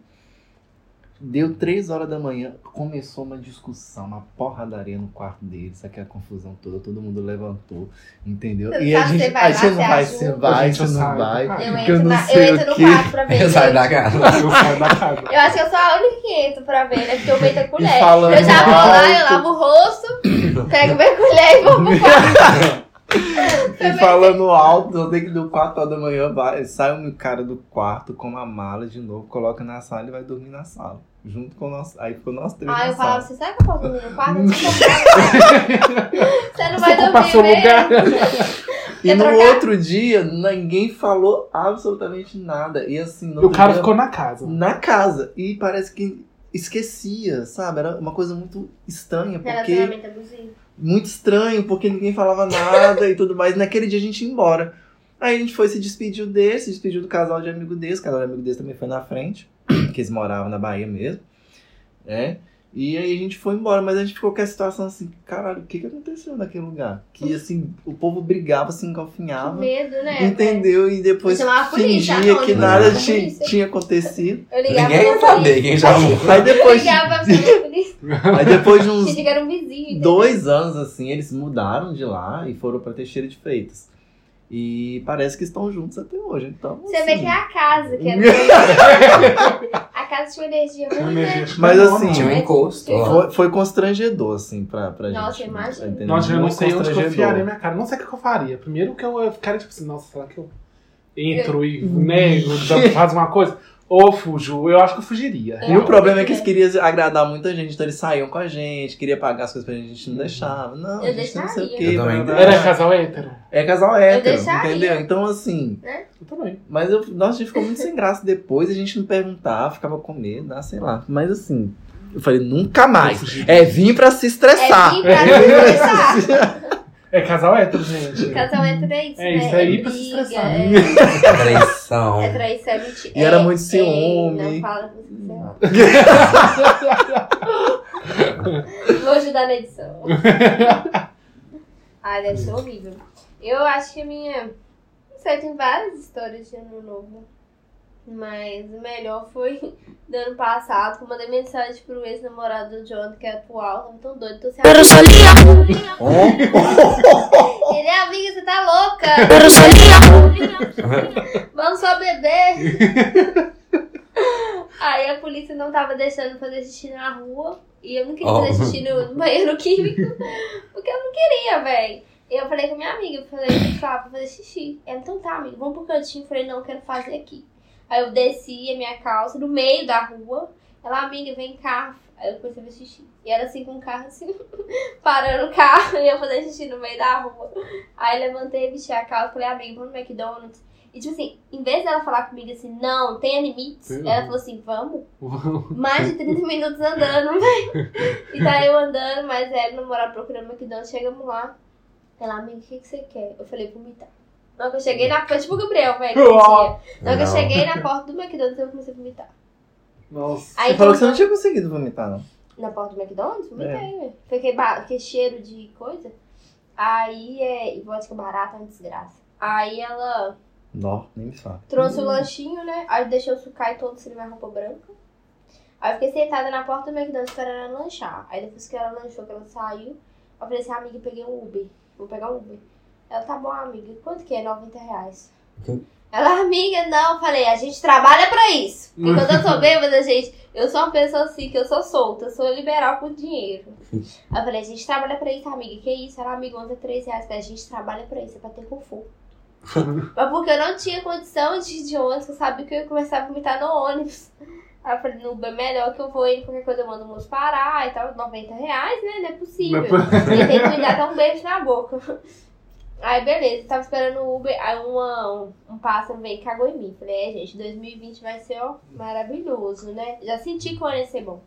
deu três horas da manhã, começou uma discussão, uma porradaria no quarto deles, aquela confusão toda, todo mundo levantou, entendeu? Você E a sabe, gente, você vai aí lá, você você não vai, ajuda. você vai, Gente, você eu não saio do vai. carro. Eu Eu entro, não na, eu sei o entro no quê. quarto pra ver. Eu saio gente. da casa. eu saio da casa. Eu acho que eu sou a única que entro pra ver, né? Porque eu meto a E colher. falando Eu já vou lá, eu alto. lavo o rosto, pego minha colher e vou pro quarto. E falando alto, eu tenho que do 4 horas da manhã, vai, sai um cara do quarto com uma mala de novo, coloca na sala e vai dormir na sala. Junto com nós. Aí ficou nós três. Ah, na eu sala. falava, você sabe que eu posso dormir no quarto? Eu disse, "Não, cara." Você não vai Você ocupa dormir seu mesmo. lugar. E Quer no trocar? outro dia, ninguém falou absolutamente nada. E assim, no E o outro cara dia, ficou na casa. na casa. E parece que esquecia, sabe? Era uma coisa muito estranha, porque. Relacionamento é abusivo. Muito estranho, porque ninguém falava nada e tudo mais. Naquele dia a gente ia embora. Aí a gente foi se despediu dele, se despediu do casal de amigo desse. O casal de amigo desse também foi na frente, porque eles moravam na Bahia mesmo, né? E aí a gente foi embora, mas a gente ficou com a situação assim, caralho, o que, que aconteceu naquele lugar? Que assim, o povo brigava, se Que engalfinhava. medo, né? Entendeu? E depois Vou chamar a polícia, fingia não, que não nada vou chamar a ti- polícia. tinha acontecido. Eu ligava Ninguém ia pra polícia. saber quem já Aí Eu depois, ligava pra polícia. aí depois de Vocês uns ligaram um vizinho. entendeu? dois anos, assim, eles mudaram de lá e foram pra Teixeira de Freitas. E parece que estão juntos até hoje. Então, Você vê assim, que é a casa, que era. a casa tinha uma energia né? muito grande. Mas assim, Uhum. Tinha um encosto. ó. foi, foi constrangedor, assim, pra, pra Nossa, gente. imagina. entendeu? Nossa, eu não Muito sei onde né? que eu constrangedor. enfiaria minha cara. Não sei o que eu faria. Primeiro que eu ficaria tipo assim, nossa, será que eu entro e nego, já faz uma coisa? Ou fujo? Eu acho que eu fugiria. É. E o real. problema é que eles queriam agradar muita gente, então eles saíam com a gente, queria pagar as coisas pra gente, a gente não deixava. Não, Uhum. Eu a gente não sei o deixaria. quê. Eu também blá, blá, blá. Era casal hétero? É casal hétero, deixaria. entendeu? Então, assim, Eu também. Mas eu, nossa, a gente ficou muito sem graça depois, a gente não perguntava, ficava com medo, ah, sei lá. Mas assim, eu falei, nunca Eu mais. fugiria. É vir pra se estressar. É vir pra se estressar. É casal hétero, gente. Casal hétero é isso, É né? isso aí pra se briga, estressar. né? É, Traição. é traição, é mentira. E era É, é, muito ciúme. Não fala com você. Vou ajudar na edição. Ai, deve ser horrível. Eu acho que a minha. Não sei, tem várias histórias de ano novo. Mas o melhor foi do ano passado, que eu mandei mensagem pro ex-namorado do John, que é atual. Tava tão doido, tô sem Pero Ele é amiga, você tá louca! Pero Vamos só beber! Aí a polícia não tava deixando fazer xixi na rua. E eu não queria Oh. fazer xixi no banheiro químico. Porque eu não queria, véi. E eu falei com a minha amiga, eu falei, Flávia, vou fazer xixi. Ela, então tá, amiga, vamos pro cantinho. Eu falei, não, eu quero fazer aqui. Aí eu desci a minha calça no meio da rua. Ela, amiga, vem cá. Aí eu comecei a fazer xixi. E era assim com o carro, assim, parando o carro. E eu fazer xixi no meio da rua. Aí levantei, vesti a calça, falei, amiga, vamos no McDonald's. E tipo assim, em vez dela falar comigo assim, não, tenha limites, Sim. ela falou assim, vamos. Mais de 30 minutos andando, velho. E tá eu andando, mas ela não morava procurando McDonald's, chegamos lá. Ela, amiga, o que, que você quer? Eu falei, vomitar. Na hora que eu cheguei na porta, tipo o Gabriel, velho, aquele dia. Na hora que eu Não. cheguei na porta do McDonald's, eu comecei a vomitar. Nossa. Aí Você falou que você então, não É. tinha conseguido vomitar, não. na porta do McDonald's, vomitei, velho. Fiquei, ba- fiquei cheiro de coisa. Aí, é, e vodka barata é uma desgraça. Aí ela Não, nem me fala. trouxe o lanchinho, né? Aí deixou eu sucar e todo sem minha roupa branca. Aí eu fiquei sentada na porta do McDonald's esperando ela lanchar. Aí depois que ela lanchou, que ela saiu, eu falei assim, amiga, eu peguei um Uber. Vou pegar um Uber. Ela, tá bom, amiga. Quanto que é? 90 reais. Ok. Ela, amiga, não. Eu falei, a gente trabalha pra isso. Porque quando eu sou bêbada, gente, eu sou uma pessoa assim, que eu sou solta. Eu sou liberal com dinheiro. Aí eu falei, a gente trabalha pra isso, amiga. Que isso? Ela, amiga, ontem é 3 reais. Eu falei, a gente trabalha pra isso, é pra ter conforto. Mas porque eu não tinha condição de ir de ônibus, eu sabia que eu ia começar a vomitar no ônibus. Aí eu falei, no Uber, melhor que eu vou indo, qualquer coisa eu mando o moço parar e tal. 90 reais, né? Não é possível. Ele tem que me dar até um beijo na boca. Aí, beleza, tava esperando o Uber, aí uma, um, um pássaro veio e cagou em mim. Falei, é, gente, 2020 vai ser, ó, maravilhoso, né? Já senti que o ano ia ser bom.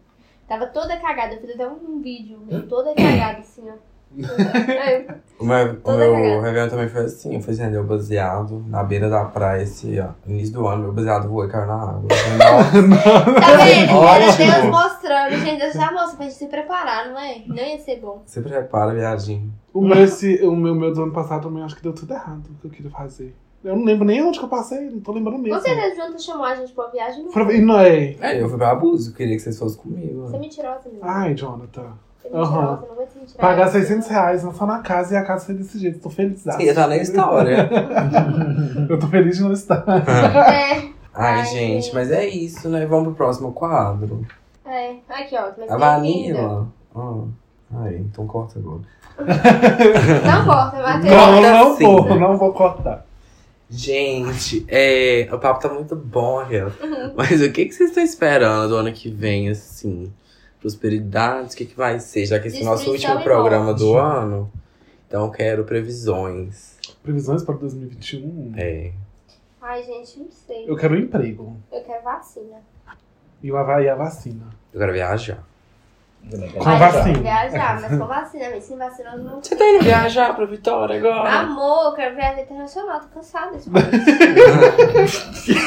Tava toda cagada, eu fiz até um vídeo, meu, toda cagada, assim, ó. Aí, O meu, o Toda meu cagada. Réveillon também foi assim, eu fui acender o baseado na beira da praia esse ó, início do ano, meu baseado voou e caiu na água. Nossa, Tá vendo? Era Ótimo. Deus mostrando, gente, Deus já mostra pra gente se preparar, não é? Não ia ser bom. você prepara, viadinho. O meu, esse, o meu, meu do ano passado também acho que deu tudo errado o que eu queria fazer. Eu não lembro nem onde que eu passei, não tô lembrando mesmo. Com certeza, Jonathan chamou a gente pra uma viagem, não Pra- foi. e não é. É, eu fui pra abuso, queria que vocês fossem comigo. Você é mentirosa, menina. Ai, Jonathan. Você é aham. mentirosa, não vai se mentirar. Pagar 600 reais só na casa e a casa foi desse jeito. Tô feliz. Sim, ia tá na história. Eu tô feliz de não estar. É, Ai, Ai, gente, gente. mas é isso, né? Vamos pro próximo quadro. é. Aqui, ó. Mas tem A ainda. Vanilla. Ah, ai, então corta agora. Não corta, Matheus. Não, não sim, vou, né? não vou cortar. Gente, é, o papo tá muito bom, Raquel. Mas o que, que vocês estão esperando do ano que vem, assim? Prosperidade, o que, que vai ser? Já que esse é o nosso Destruição último e programa morte. do ano. Então eu quero previsões. Previsões para 2021. É. Ai, gente, não sei. Eu quero um emprego. Eu quero vacina. E o Havaí é a vacina. Eu quero viajar. É. Com Ai, Eu vacina. quero viajar, mas com vacina. Mas sem vacina eu não. Você tá indo viajar pra Vitória agora? Amor, eu quero viajar internacional. Tô cansada desse país.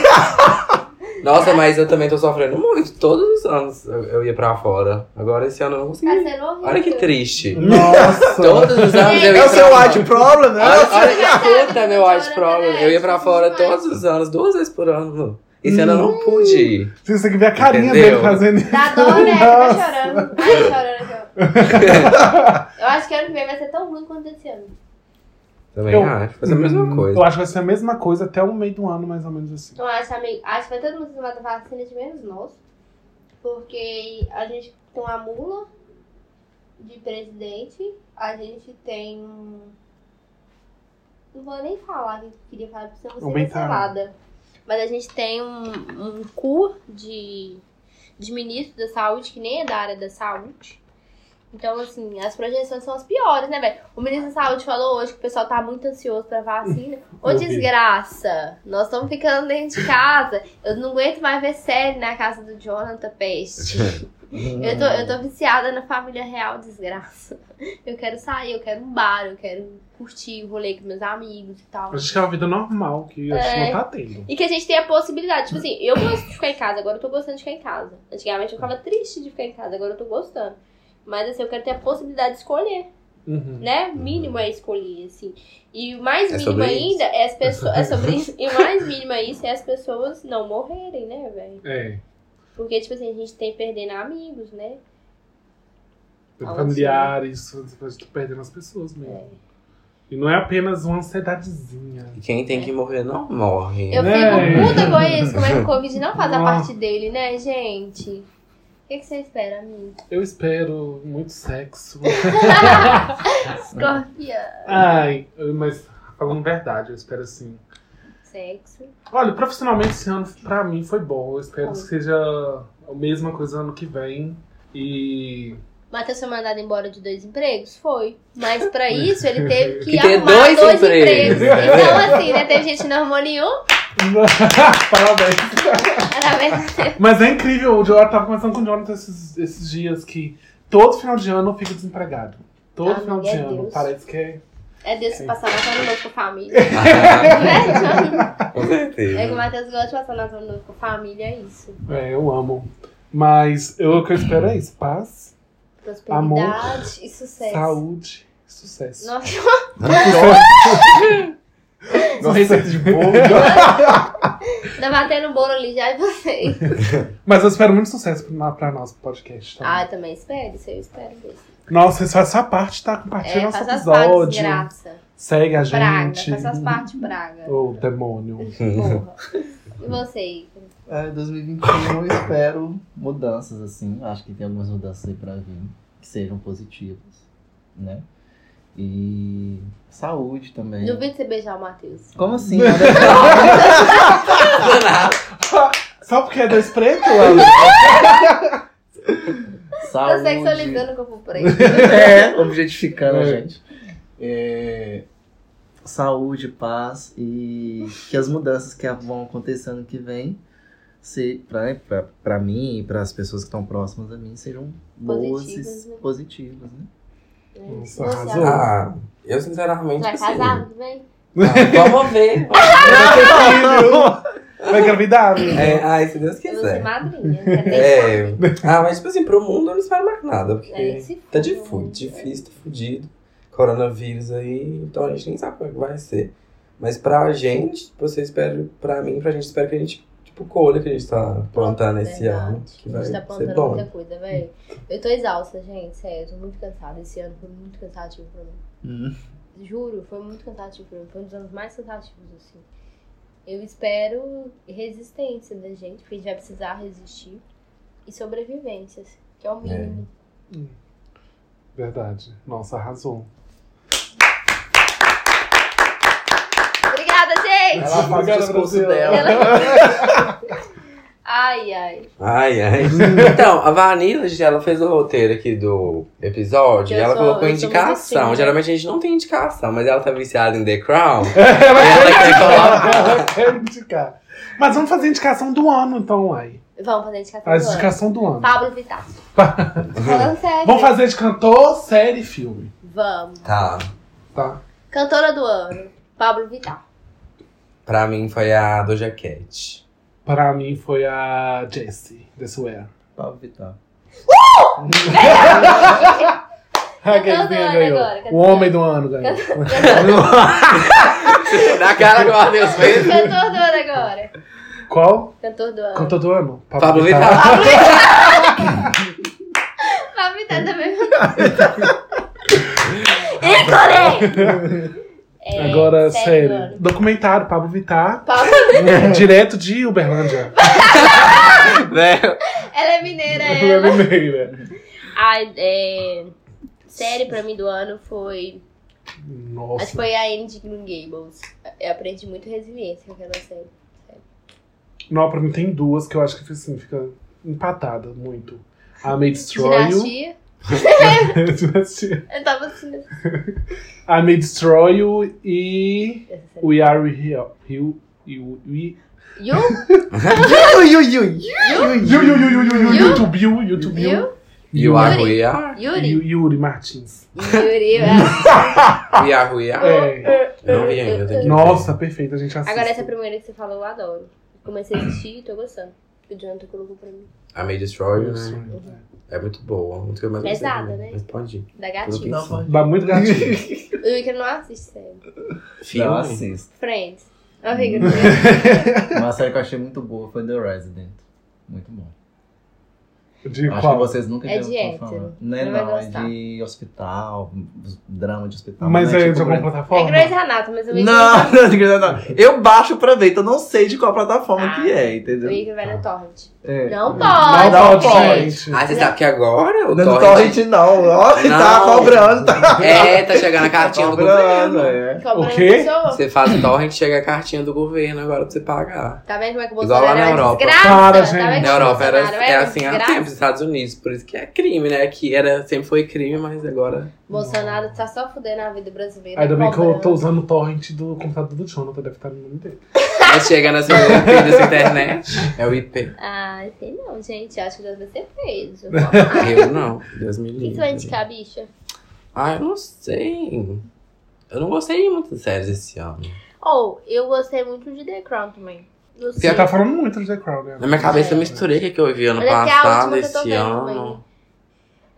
Tá Nossa, mas eu também tô sofrendo muito. Todos os anos eu, eu ia pra fora. Agora esse ano eu não Tá consegui. sendo horrível. Olha que triste. Nossa. Todos os anos eu É ia É o pra seu white fora. problem, né? Olha, Já olha tá, que puta, meu white tá, problem. né? Eu ia pra fora todos os anos, duas vezes por ano. Esse ano eu Hum. não pude ir. Vocês têm que ver a carinha Entendeu? dele fazendo isso. Dá dor, né? Tá Nossa. chorando. Ai, chorando aqui, ó. Eu acho que ano que vem vai ser tão ruim quanto esse ano. Também Eu- acho. Foi a mesma coisa. Hum. Eu acho que vai ser a mesma coisa até o meio do ano, mais ou menos assim. Eu acho, amigo. Acho que vai todo mundo tomar da vacina assim, de menos nós. Porque a gente tem uma mula de presidente. A gente tem um. Não vou nem falar o que eu queria falar, porque senão eu vou ser Aumentar. cancelada. Mas a gente tem um, um cu de, de ministro da saúde, que nem é da área da saúde. Então, assim, as projeções são as piores, né, velho? O ministro da saúde falou hoje que o pessoal tá muito ansioso pra vacina. Ô, Ouvi. desgraça! Nós estamos ficando dentro de casa. Eu não aguento mais ver série na casa do Jonathan Peste. Hum. Eu tô, eu tô viciada na família real, desgraça. Eu quero sair, eu quero um bar, eu quero curtir o rolê com meus amigos e tal. Acho que é uma vida normal, que a gente É. não tá tendo. E que a gente tem a possibilidade. Tipo assim, eu gosto de ficar em casa, agora eu tô gostando de ficar em casa. Antigamente eu ficava triste de ficar em casa, agora eu tô gostando. Mas assim, eu quero ter a possibilidade de escolher Uhum. né? Mínimo é escolher, assim. E o mais É mínimo sobre ainda é as pessoas. É sobre isso. E o mais mínimo é isso é as pessoas não morrerem, né, velho? É. Porque, tipo assim, a gente tem perdendo amigos, né? Tem Fala familiares, a gente tá perdendo as pessoas mesmo. E não é apenas uma ansiedadezinha. E quem tem que morrer não morre. Eu Né? fico puta com isso, como é que o Covid não faz a Não. parte dele, né, gente? O que, que você espera, amigo? Eu espero muito sexo. Escorpião. Ai, mas falando verdade, eu espero assim. Sexo. Olha, profissionalmente esse ano pra mim foi bom. Eu espero Bom. que seja a mesma coisa ano que vem. E. Matheus foi mandado embora de dois empregos? Foi. Mas pra isso ele teve que, Que ter arrumar dois dois, empregos. empregos. Então, assim, né? Tem gente que não arrumou nenhum. Parabéns. Parabéns. Mas é incrível, o Jo- eu tava conversando com o Jonathan esses, esses dias que todo final de ano eu fico desempregado. Todo Ah, final de meu ano. Deus. Parece que é. É Deus que Sim. passar Natal no novo com a família. Ah, Né, com Johnny? É que o certeza. Matheus gosta de passar Natal no novo com a família, é isso. É, eu amo. Mas eu, o que eu espero é isso: paz, Prosperidade Amor. e sucesso. saúde e sucesso. Nossa, é Não receita de bolo. tá batendo bolo ali já e assim, vocês. Mas eu espero muito sucesso pra, pra nós, pro podcast. Tá? Ah, eu também espero, isso eu espero mesmo. Nossa, vocês fazem essa parte, tá? Compartilha É, nosso faz as partes, episódio. graça. Segue a Praga, gente. faz as partes, praga. Ô, demônio. Porra. Uhum. E você, Ica? É, 2021 eu espero mudanças, assim. Acho que tem algumas mudanças aí pra vir que sejam positivas, né? E saúde também. Duvido você beijar o Matheus. Como assim? Nada- Só porque é dois preto, Ana? Tô saúde. sexualizando tá o corpo preto. É, objetificando a É. gente. É, saúde, paz e que as mudanças que vão acontecer ano que vem, se, pra, pra, pra mim e pras pessoas que estão próximas a mim, sejam boas Positivas, e né? positivas, né? Nossa, Você, arrasou. amor, Ah, eu sinceramente. Vai assim, casar, tudo bem? ah, vamos ver. Vai engravidar, amigo? É, ai, se Deus Eu vou ser quiser. madrinha. né? quero É. deixar. Ah, mas tipo assim, pro mundo eu não espero mais nada, É, porque se tá de for, fu- né? difícil, tá fudido. Coronavírus aí, então a gente nem sabe como é que vai ser. Mas pra gente, tipo, você espera, pra mim, pra gente, espero que a gente, tipo, colha que a gente tá plantando esse Verdade. ano. Que a vai gente tá ser plantando muita bom. coisa, velho. Eu tô exausta, gente, sério. Eu tô muito cansada. Esse ano foi muito cansativo pra mim. Hum. Juro, foi muito cansativo pra mim. Foi um dos anos mais cansativos, assim. Eu espero resistência da gente, porque a gente vai precisar resistir. E sobrevivência, assim, que é o mínimo. Verdade. Nossa, arrasou. Obrigada, gente! É. Ela faz o discurso Ela- Ai, ai. Ai, ai. Então, a Vanilla, gente, ela fez o roteiro aqui do episódio Eu e ela sou- colocou eu sou muito assim, indicação. né? Geralmente a gente não tem indicação, mas ela tá viciada em The Crown. Ela quer indicar. Mas vamos fazer a indicação do ano, então, aí. Vamos fazer a indicação Faz do a ano. indicação do ano. Pablo Vittar. Falando sério. Vamos fazer de cantor, série e filme, Vamos. tá. tá? Cantora do ano. Pablo Vittar. Pra mim foi a Doja Cat. Pra mim foi a Jessie, This Wear. Pablo Vittar. A Cantor do ano agora, O cantor. homem do ano ganhou. Na cara que o Matheus fez. Cantor do ano Tá agora. Tá Qual? Cantor do ano. Cantor do ano? Pablo Vittar. Vittar. Pablo Vittar tá também. Ícone! É, Agora, série. do ano. Documentário, Pablo Vittar. Pablo Direto de Uberlândia. Né? Ela é mineira, ela. Pelo e-mail, né? A é, série pra mim do ano foi. Acho que Nossa. foi a Anne de Green Gables. Eu aprendi muito resiliência com aquela série. Não, pra mim tem duas que eu acho que assim, fica empatada muito. A May Destroy You. Dinastia. Dinastia. Eu tava assim. nessa I May Destroy You e série. We Are Real. Real- You, we, You? Ui, ui, ui. Ui, you, ui, you, you, you, you, you, You? YouTube, you, YouTube, you, You? You are who you are. Yuri? Yu- Yuri Martins. Yuri. é. We are who we are. É. Eu não vi ainda, eu tenho que ver. Nossa, perfeito, a gente assiste. Agora essa é primeira que você falou, eu adoro. Comecei a assistir e tô gostando. O Jonathan colocou pra mim. A May Destroy, You, né? Nossa. É muito boa. Muito que eu mais gostei Pesada, também. né? Mas pode ir. Da Tudo bem. gatinha. Não, pode. Dá muito gatilho. O Yuri não assiste série. Não Filme? assisto. Friends. Hum. Não fica com ele. Uma série que eu achei muito boa foi The Resident. Muito bom. De Acho que qual? vocês nunca É devem de ouvir falar. hétero. Não é Não vai não, é gostar. de hospital, drama de hospital. Mas não é de tipo alguma grande- É plataforma? Grey's Anatomy, mas o Yuri Não, não, não, não, não. Eu baixo pra ver, então eu não sei de qual plataforma Ah. que é, O entendeu? Igor vai no torrent. É. Não Não pode! dá Não pra pode. gente. Ah, você sabe que agora o Não é do Torrent... torrent não, ó, que tá Não. cobrando, tá É, tá chegando a cartinha do cobrando, governo. é. Cobrando O quê? pessoa. Você faz torrent, chega a cartinha do governo agora pra você pagar. Tá vendo como é que o Igual Bolsonaro lá na é uma Europa. desgraça? Para, Tá vendo gente. como o Na Europa era, Bolsonaro é era uma assim há desgraça? tempo, nos Estados Unidos, por isso que é crime, né? Que era, sempre foi crime, mas agora. Bolsonaro tá só fudendo a vida brasileira. Ainda bem que eu tô cobrando. usando o torrent do computador do Jonathan, deve estar no nome dele. Mas chega nessa dessa internet. É o IP. Ah, sei não, gente. Acho que Deus vai ser preso. Eu não. Deus me O que que livre. você vai indicar, bicha? Ah, eu não sei. Eu não gostei muito das séries esse ano. Ou, Oh, eu gostei muito de The Crown também. Não sei. Você tá falando muito de The Crown, né? Na minha cabeça eu misturei o que que eu vi ano Olha que é a passado, última que eu tô esse vendo ano.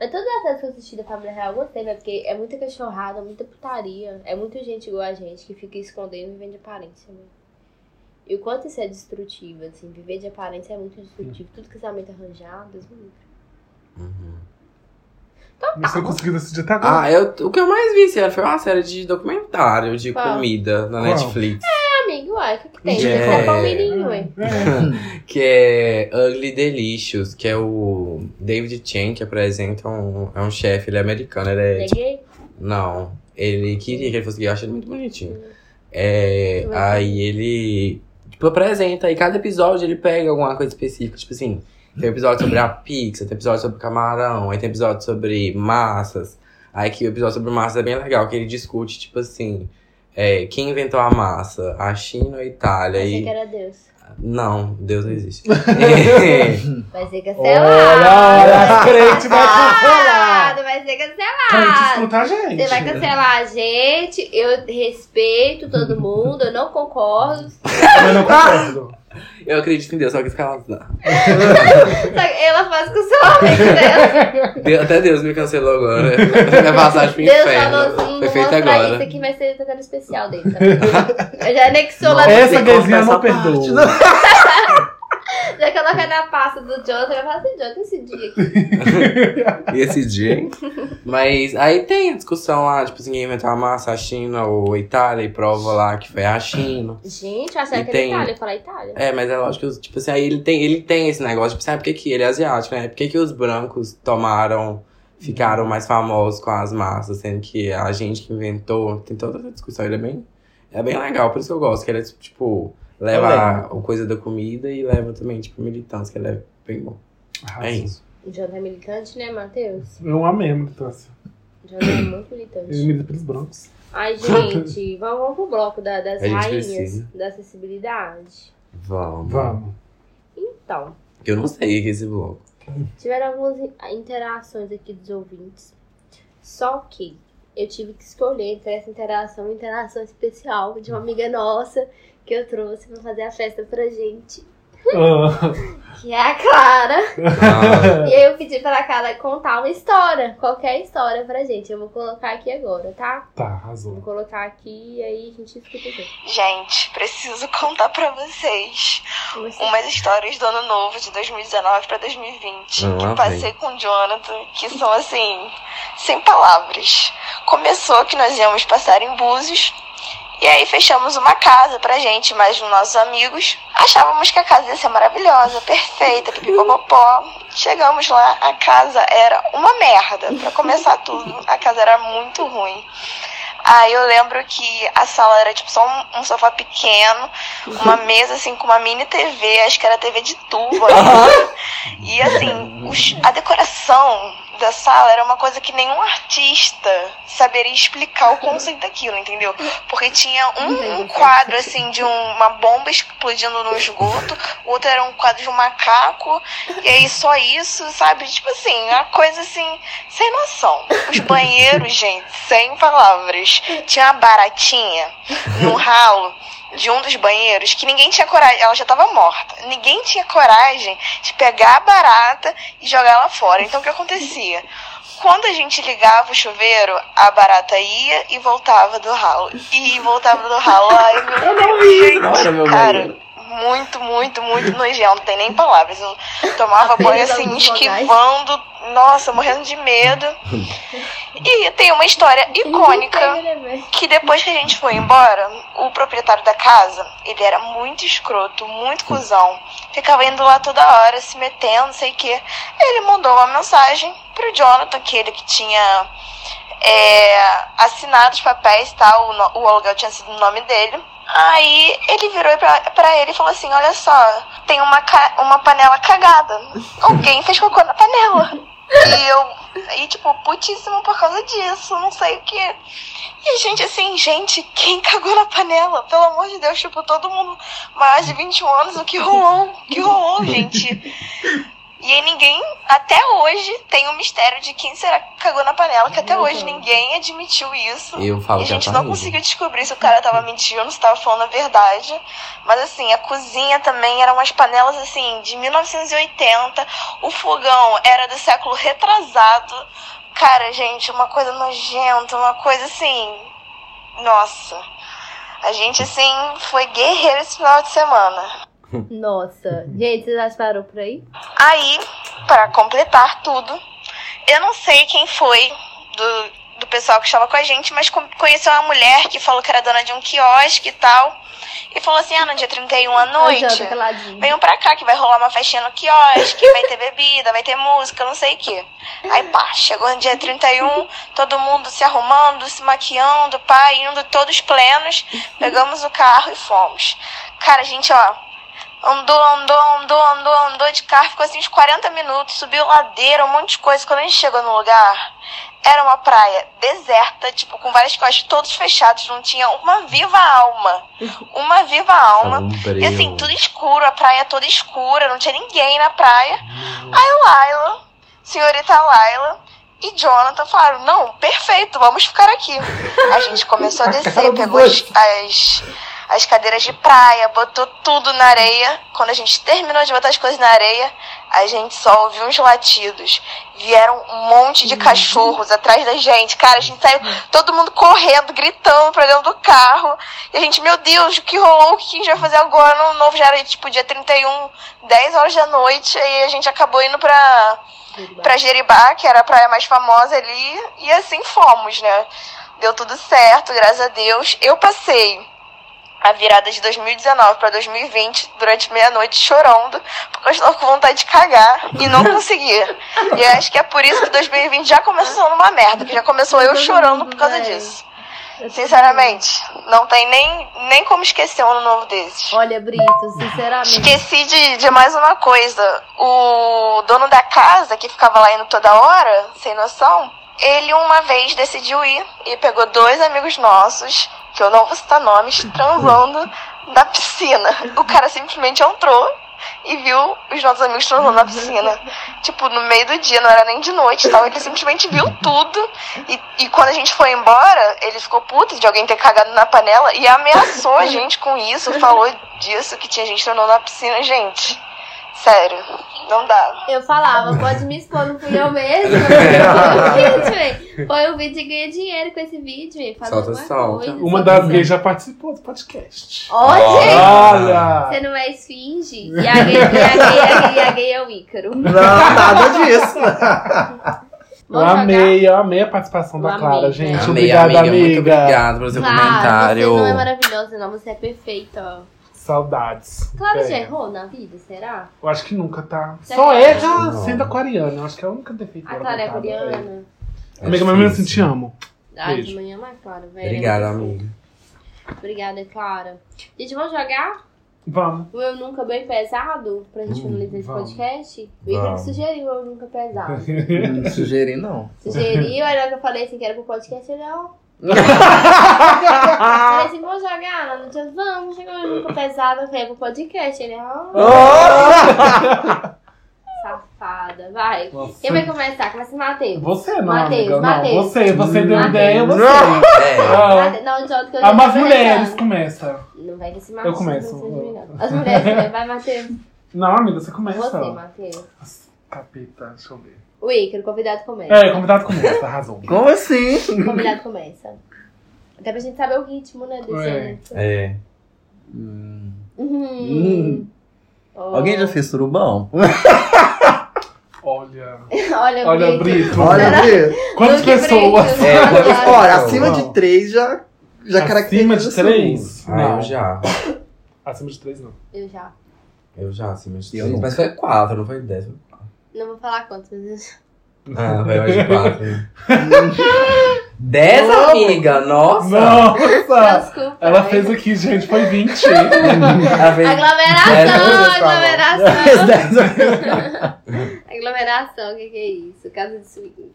Mas todas as séries que eu assisti da Família Real eu gostei, né? Porque é muita cachorrada, muita putaria. É muita gente igual a gente que fica escondendo e vivendo de aparência, né? E o quanto isso é destrutivo, assim, viver de aparência é muito destrutivo. Tudo casamento arranjado, Deus me livre. Uhum. Você não conseguiu decidir até agora. Ah, eu, o que eu mais vi esse ano foi uma série de documentário de Qual? comida na Qual? Netflix. Ah, amigo, uai, o que, que tem? É. Você é palmeirinho, ué. Que é Ugly Delicious, que é o David Chen que apresenta um. É um chefe, ele é americano, ele é. Ele é tipo, gay? não. Ele queria que ele fosse gay, eu achei ele muito bonitinho. É, aí ele. Tipo, apresenta, e cada episódio ele pega alguma coisa específica, tipo assim. Tem episódio sobre a pizza, tem um episódio sobre camarão, aí tem um episódio sobre massas. Aí que o episódio sobre massas é bem legal, que ele discute, tipo assim, é, quem inventou a massa? A China ou a Itália? Achei E... que era Deus. Não, Deus não existe. Vai ser Olha, cancelado. a crente vai Ah! cancelar! Cancelado, vai ser cancelado. Crente escuta a tá, gente. Você vai cancelar a gente, eu respeito todo mundo, eu não concordo. Mas não concordo. eu acredito em Deus, só que escalada. Só que Ela faz com os homens dela. Deus, até Deus me cancelou agora. Minha passagem pro Deus falou inferno. assim: não Foi feita mostra agora. isso aqui, vai ser tratado especial dele. Tá? Eu já anexou lá, Nossa. Essa Você corta gayzinha essa não parte, perdoa. já coloca na pasta do Jonathan. Eu falo assim: Jonathan, esse dia aqui. E esse dia, hein? Mas aí tem a discussão lá, tipo assim, quem inventou a massa, a China ou a Itália, e prova lá que foi a China. Gente, eu achava E que era tem- Itália. Eu falei: Itália. É, mas é lógico, que os- tipo assim, aí ele tem, ele tem esse negócio, tipo, sabe por que que ele é asiático, né? Por que que os brancos tomaram, ficaram mais famosos com as massas, sendo que a gente que inventou, tem toda essa discussão, ele é bem, é bem legal, por isso que eu gosto, que ele é, tipo, Leva Eu a, a coisa da comida e leva também, tipo, militância, que leva bem bom. É isso. O Jonathan é militante, né, Matheus? Eu amei a militância. O Jonathan é muito Ele militante. milita pelos brancos. Ai, gente, vamos, vamos pro bloco da- das A gente rainhas precisa. da acessibilidade. Vamos. Vamos. Então, Eu não sei o que é esse bloco. tiveram algumas in- interações aqui dos ouvintes. Só que eu tive que escolher entre essa interação e interação especial de uma amiga nossa que eu trouxe pra fazer a festa pra gente, Ah, que é a Clara. Ah, E aí eu pedi pra Carla contar uma história, qualquer história pra gente. Eu vou colocar aqui agora, tá? tá, Vou arrasou. colocar aqui e aí a gente escuta junto. Gente, preciso contar pra vocês Você- umas histórias do ano novo de 2019 pra 2020 Ah, lá que passei com o Jonathan, que são assim, sem palavras. Começou que nós íamos passar em Búzios e aí fechamos uma casa pra gente, mais uns nossos amigos. Achávamos que a casa ia ser maravilhosa, perfeita, pipipopopó. Chegamos lá, a casa era uma merda. Pra começar tudo, a casa era muito ruim. Aí eu lembro que a sala era tipo só um, um sofá pequeno, uma mesa assim com uma mini TV, acho que era TV de tubo. né? E assim, os- a decoração da sala era uma coisa que nenhum artista saberia explicar o conceito daquilo, entendeu? Porque tinha um, um quadro assim de um- uma bomba explodindo no esgoto, o outro era um quadro de um macaco, e aí só isso, sabe? Tipo assim, uma coisa assim, sem noção. Os banheiros, gente, sem palavras. Tinha uma baratinha no ralo de um dos banheiros que ninguém tinha coragem, ela já tava morta. Ninguém tinha coragem de pegar a barata e jogar ela fora. Então o que acontecia? Quando a gente ligava o chuveiro, a barata ia e voltava do ralo. E voltava do ralo. Ai, meu Eu não Nossa, meu cara, banheiro. muito, muito, muito nojento. Não tem nem palavras. Eu tomava banho Apenas assim, alguns vogais. esquivando. Nossa, morrendo de medo. E tem uma história icônica né, que depois que a gente foi embora, o proprietário da casa, ele era muito escroto, muito cuzão. Ficava indo lá toda hora, se metendo, não sei o quê. Ele mandou uma mensagem pro Jonathan, aquele que tinha é, assinado os papéis, tá? O, no- o aluguel tinha sido no nome dele. Aí ele virou pra, pra ele e falou assim: Olha só, tem uma, ca- uma panela cagada. Alguém fez cocô na panela. E eu, e tipo, putíssimo por causa disso, não sei o que. E a gente assim, gente, quem cagou na panela? Pelo amor de Deus, tipo, todo mundo maior de 21 anos, o que rolou? O que rolou, gente? E aí ninguém, até hoje, tem o mistério de quem será que cagou na panela, que até hoje ninguém admitiu isso. Eu falo E a que é gente não parede. conseguiu descobrir se o cara tava mentindo, se tava falando a verdade. Mas assim, a cozinha também eram umas panelas assim, de 1980. O fogão era do século retrasado. Cara, gente, uma coisa nojenta, uma coisa assim. Nossa. A gente, assim, foi guerreiro esse final de semana. Nossa, gente, vocês já parou por aí? Aí, pra completar tudo, eu não sei quem foi do, do pessoal que estava com a gente, mas co- conheceu uma mulher que falou que era dona de um quiosque e tal. E falou assim: ah, no dia 31 à Ah, noite. Jonathan, caladinho. Venham pra cá que vai rolar uma festinha no quiosque, vai ter bebida, vai ter música, não sei o quê. Aí pá, chegou no dia 31, todo mundo se arrumando, se maquiando, pá, indo todos plenos. Pegamos o carro e fomos. Cara, a gente, ó, andou, andou, andou, andou, andou de carro, ficou assim uns 40 minutos, subiu ladeira, um monte de coisa. Quando a gente chegou no lugar, era uma praia deserta, tipo, com vários quiosques todos fechados, não tinha uma viva alma. Uma viva alma. um E assim, tudo escuro, a praia toda escura, não tinha ninguém na praia. Aí o Laila, senhorita Laila e Jonathan falaram: não, perfeito, vamos ficar aqui. A gente começou a descer, pegou as, as, as cadeiras de praia, botou tudo na areia. Quando a gente terminou de botar as coisas na areia, a gente só ouviu uns latidos. Vieram um monte de cachorros atrás da gente. Cara, a gente saiu todo mundo correndo, gritando pra dentro do carro. E a gente, meu Deus, o que rolou? O que a gente vai fazer agora? No novo já era tipo dia 31, 10 horas da noite. E a gente acabou indo pra, pra Jeribá, que era a praia mais famosa ali. E assim fomos, né? Deu tudo certo, graças a Deus. Eu passei a virada de 2019 pra 2020 durante meia-noite chorando, porque eu estava com vontade de cagar e não conseguia. e eu acho que é por isso que 2020 já começou sendo uma merda, que já começou eu Todo chorando mundo, por causa véi. disso. Sinceramente, não tem nem, nem como esquecer um ano novo desses. Olha, Brito, sinceramente. Esqueci de, de mais uma coisa. O dono da casa, que ficava lá indo toda hora, sem noção, ele uma vez decidiu ir e pegou dois amigos nossos, que eu não vou citar nomes, transando na piscina. O cara simplesmente entrou e viu os nossos amigos transando na piscina. Tipo, no meio do dia, não era nem de noite e tal. Ele simplesmente viu tudo. E, e quando a gente foi embora, ele ficou puto de alguém ter cagado na panela e ameaçou a gente com isso. Falou disso, que tinha gente transando na piscina. Gente, sério, não dá. Eu falava, pode me expor, não fui eu mesmo. Foi um vídeo, Foi um vídeo e ganhei dinheiro com esse vídeo, hein? Faz Solta, alguma solta. coisa. Uma das gays já participou do podcast. Olha! Olha! Você não é esfinge? E a gay, e a gay, a gay, a gay é o Ícaro. Não, nada disso. Eu Vamos amei, eu amei a participação da Eu Clara, amei, gente. Amei, Obrigado, amiga. Muito amiga. obrigado pelo seu Claro, Ah, você comentário. não é maravilhosa, não. Você é perfeita. Saudades. Claro, já Bem, errou na vida, será? Eu acho que nunca, tá? Você Só é erra Não. sendo aquariana. Eu acho que é a única defeito A dela, Clara é coitada. coreana. É Amiga, mas mesmo assim, difícil. te amo. Ah, de Beijo. manhã é mais claro, velho. Obrigado, amiga. Obrigada, Clara. Gente, vamos jogar Vamos. o Eu Nunca Bem Pesado? Pra gente finalizar esse Hum, vamos. podcast? O Igor Vamos. que sugeriu o Eu Nunca Pesado. Não sugeri, não. Sugeriu, era que eu falei assim que era pro podcast, ele, ó. Falei assim, vamos jogar? Ela não tinha, vamos, chegou Eu Nunca Pesado, eu falei, é pro podcast, ele, ó. Safada, vai. Nossa. Quem vai começar? Começa o Matheus. Você, não, Matheus, amiga. Matheus. Não, você. Você deu Matheus. ideia, você. É, Ah, Mate- Não, de outro que eu ah, já tô mas mulheres pensando. começa. Não vai que se Eu começo. As mulheres, né? vai, Matheus. Não, amiga, você começa. Você, Matheus. Nossa, Capeta, deixa eu ver. O Ícaro, convidado começa. É, convidado começa, arrasou. Como assim? Convidado começa. Até pra gente saber o ritmo, né? Desse... é. Uhum. Oh. Hum. Alguém já fez surubão? Olha. Olha, Olha, Brito. Brito. Olha, Brito. Quantas Luke Brito, pessoas? né? É, quantas Claro. fora? Olha, acima de três já, já Acima caracteriza. de três? Ah, Não. eu já. Acima de três, não. Eu já. Eu já, assim, mas, Eu nunca. mas foi quatro, não foi dez. Não vou falar quantos, mas... Ah, foi mais de quatro. dez, amiga? Nossa! Nossa! Desculpa. Ela né? fez aqui, gente, foi 20. Ela fez- Dez, eu Aglomeração, vou falar. aglomeração. aglomeração, o que, que é isso? Casa de swing.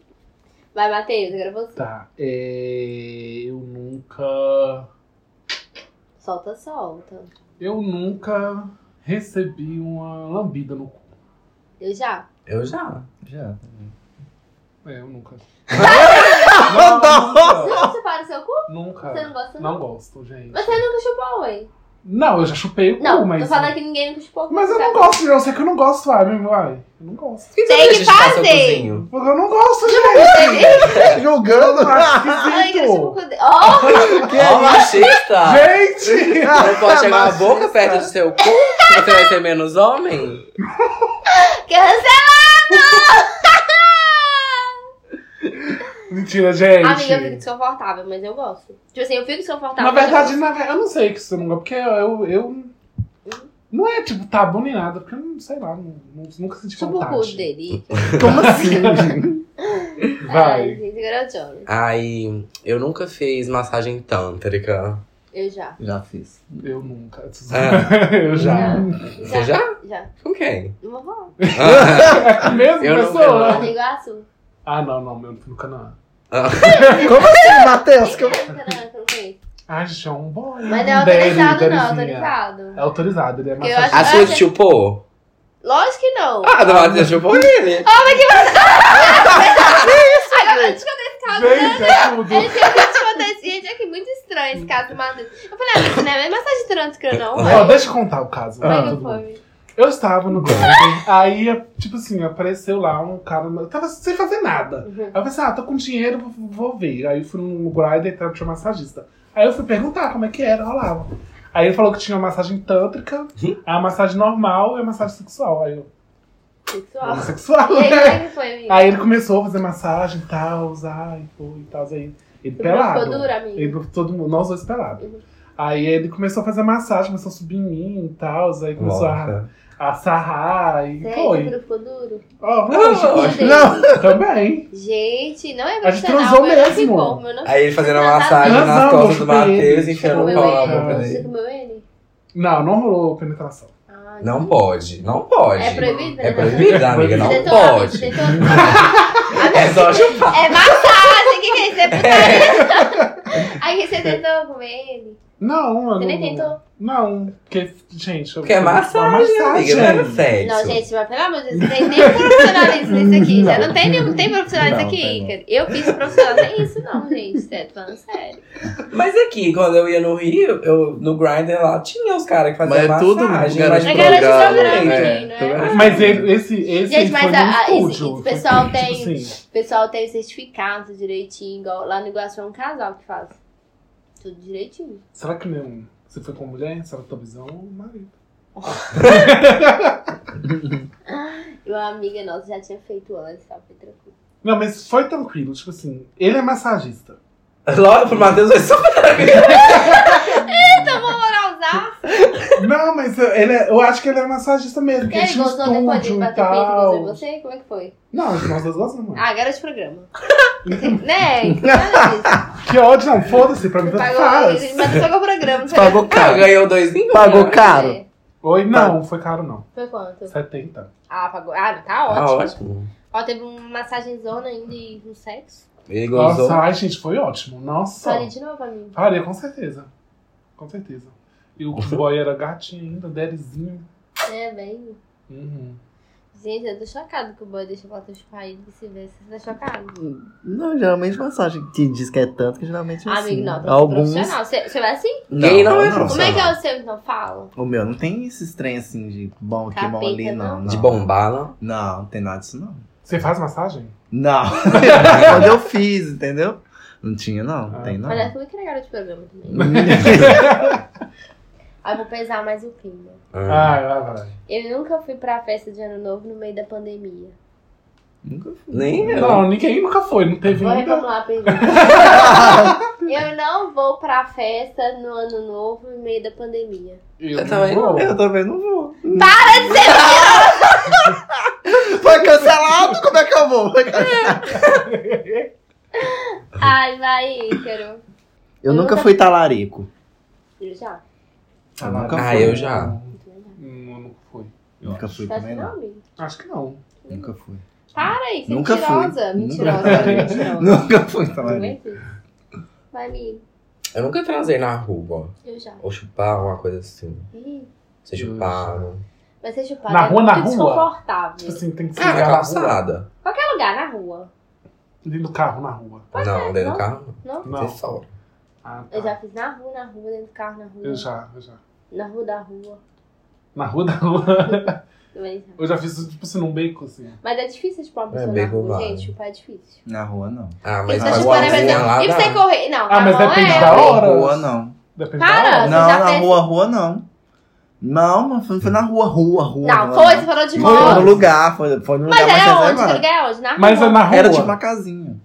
Vai, Matheus, agora você. tá. é, Eu nunca. Solta, solta. Eu nunca recebi uma lambida no cu. Eu já. Eu já. Já. É, eu nunca. Não, Não, você para o seu cu? nunca. Você não Nunca. gosta, não? Não gosto, gente. Você nunca chupou, oi? Não, eu já chupei o cu, Não, mas. tô falando que ninguém nunca chupou. Mas eu cara. não gosto, eu sei que eu não gosto, ai, meu vai. Eu não gosto. Por Tem você que deixa de passar o fazer. cozinho? Porque eu não gosto, gente. é Julgando. Eu acho Ai, que eu chupo Oh, o esquisito. cu dele. Ó, Que é machista! Gente! tá Não pode chegar a Machista. boca perto do seu cu? Você vai ser menos homem? cancelado! Mentira, gente. Amiga, eu fico desconfortável, mas eu gosto. Tipo assim, eu fico desconfortável. Na mas eu verdade, gosto. na verdade, eu não é sei que isso não é, porque eu, eu. Não é tipo tabu nem nada, porque eu não sei lá, não- não- nunca senti Chupa o vontade. cu dele. Como assim? Ai, assim? Vai. gente, agora é o Johnny. Ai, eu nunca fiz massagem tá tântarica. Eu já. Já fiz. Eu nunca. Ah. eu já. Você já? Já. Com quem? Não vou falar. Ah, É A mesma Eu não- eu pessoa? não. Amigo é azul. Ah, não, não, meu no Canaã. ah. Como assim, Matheus? Eu Como- não quero, eu não conheço. Ah, gente, é um boy. Mas não é um autorizado, daddy, não, daddyzinha. autorizado. É autorizado, ele é Porque eu massagista. A sua te chupou? Lógico que não. Ah, do lado você chupou ele. Agora, tipo, deixa eu contar esse caso. Gente, é tudo. Ele tem que te contar esse gente, é que é muito estranho esse caso do Matheus. Eu falei, ah, isso não é mais massagem trânsica, não. Ó, deixa eu contar o caso. tá, Como é que Tudo bem. foi? Eu estava no garden, aí, tipo assim, apareceu lá um cara. Eu tava sem fazer nada. Uhum. Aí eu falei assim, ah, tô com dinheiro, vou, vou ver. Aí eu fui no Grindr e tinha um massagista. Aí eu fui perguntar como é que era, rolava. Aí ele falou que tinha uma massagem tântrica, a massagem normal e a massagem sexual. Aí eu, Sexual. homossexual, Ah. E aí, como né? é que foi, amigo? Aí ele começou a fazer massagem e tal, ai, foi e tal, aí. Ele Tu pelado. ficou dura, amigo? Ele, todo mundo, nós dois pelados. Uhum. Aí ele começou a fazer massagem, começou a subir em mim e tal, aí começou a. Nossa. a sarrar e Sério, foi. truco duro? Ó, lógico. Não. Também. Gente, não é A gente profissional, transou o meu não mesmo. ficou, o meu não tá Aí ele fazendo a Nada. massagem nas Nós costas vamos do pra Matheus ele. e enfiando ficou. o Meu pau na N? boca Não. Você dele. comeu N? Não, não rolou penetração. Ah, Não pode, não pode. É proibido, né? É proibido, amiga, não Você tentou, você pode. tentou. É só chupar. É massagem, o que que é isso? É putaria. Aí você tentou comer ele. Não, eu Você nem não- tentou? Não, porque, gente. eu- Porque é massagem, amiga, né? não era sexo. Não, gente, mas pelo amor de Deus, não tem nem profissionalismo nisso aqui. Já não tem nenhum, tem profissionalismo Não, aqui, tem não. Ícaro. Eu fiz profissional, não é isso não, gente. Sério, tô falando sério. Mas aqui, quando eu ia no Rio, eu, no Grindr lá, tinha os caras que faziam Mas é tudo massagem. garoto mas É Programa, garoto de não programa, é. gente, não é? Mas ele- esse, esse Gente, mas foi a- no a- esse- estúdio. esse pessoal Tipo tem- assim, O pessoal tem o certificado direitinho, igual lá no Iguaçu é um casal que faz. Tudo direitinho. será que não? Você foi com mulher? Será que tua visão? Marido. E uma amiga nossa já tinha feito antes, tá? Foi tranquilo. Não, mas foi tranquilo. Tipo assim, ele é massagista. né? Logo pro Matheus vai super Moralzar! Não, mas ele é- eu acho que ele é massagista mesmo. E Que aí, tinha gozou depois estúdio de e né, bater peito, gozou em tal. você? Como é que foi? Não, nós dois gostamos. Ah, garoto de programa. né? Nada disso. Que ódio, não, foda-se, pra mim tanto Pagou, faz. mas só com o programa. não foi- Pagou Ah, caro. ganhou dois mil. Tá. Pagou caro. É. Oi, não, foi caro não. Foi quanto? 70. Ah, pagou. Ah, tá Ah, ótimo. ótimo. Ó, teve uma massagem zona ainda e um sexo. Ele gozou. Nossa, ai, gente, foi ótimo. Nossa. Falei de novo, amigo. Faria, com certeza. Com certeza. E o boy era gatinho ainda, derizinho. É, bem. Uhum. Gente, eu tô chocado que o boy deixa botar os pais e vice-versa. Você tá chocado? Tipo Não, geralmente massagem que diz que é tanto, que geralmente é assim. Amigo, não, tá Alguns. profissional. Você você vai assim? Gay não é Como é profissional. que é o seu então? Fala. O meu, não tem esses trem assim de bom aqui, bom Capeta, ali, não. não. De bombar, não? Não, não tem nada disso, não. Você faz massagem? Não. Quando eu fiz, entendeu? Não tinha, não. Ah. Tem, não. Mas é tudo que legal de programa também. Aí eu vou pesar mais o clima. Ah. Ai, vai, vai. Eu nunca fui pra festa de ano novo no meio da pandemia. Nunca fui. Nem eu. Não, ninguém nunca foi, não teve Vou ainda. reformular a pergunta. eu não vou pra festa no ano novo no meio da pandemia. Eu, não também vou. Eu também não vou. Para de ser Foi cancelado? Como é que eu vou? Foi cancelado. Ai, vai, Ícaro. Eu Eu nunca nunca- fui talarico. Eu já? Eu nunca Ah, fui. eu já. Tá Não, eu nunca fui. Nunca fui Você acha também, que tá não, não. amigo? Acho que não. Nunca fui. Para aí, você é Nunca fui. é. mentirosa. Mentirosa, é mentirosa. Nunca fui Tudo talarico. bem, filho? Vai, amigo. Eu nunca transei na rua. Eu já. Ou chupar uma coisa assim. Ih, Você chupar. Mas ser chupado Na é rua, muito na rua? desconfortável. Tipo assim, tem que ser Ah, na lugar na rua. calçada. Qualquer lugar, na rua. Dentro do carro, na rua. Não, dentro não. do carro. Não? não. Não. Você solta. Ah, tá. Eu já fiz na rua, na rua, dentro do carro, na rua. Eu já, eu já. Na rua da rua. é Na rua da rua. Eu nem sei. Eu já fiz, tipo assim, num beco, assim. Mas é difícil chupar uma É, pessoa bem na rua, provável. gente. Chupar é difícil. Na rua, não. Ah, Porque mas você com tá a chupando, é mãozinha lá melhor. E dá. você correr. Não, Ah, a mas mão depende é. da ela. hora. Rua, não. Depende Para! da Você hora. Não, já na fez- rua, rua, não. Não, mas não foi na rua, rua, né? rua. Não, rua, foi, você falou Foi de moto. no lugar, foi, foi no lugar Mas mais era onde? Que reservado. lugar é onde? Na rua. Mas é na rua. Era tipo uma casinha.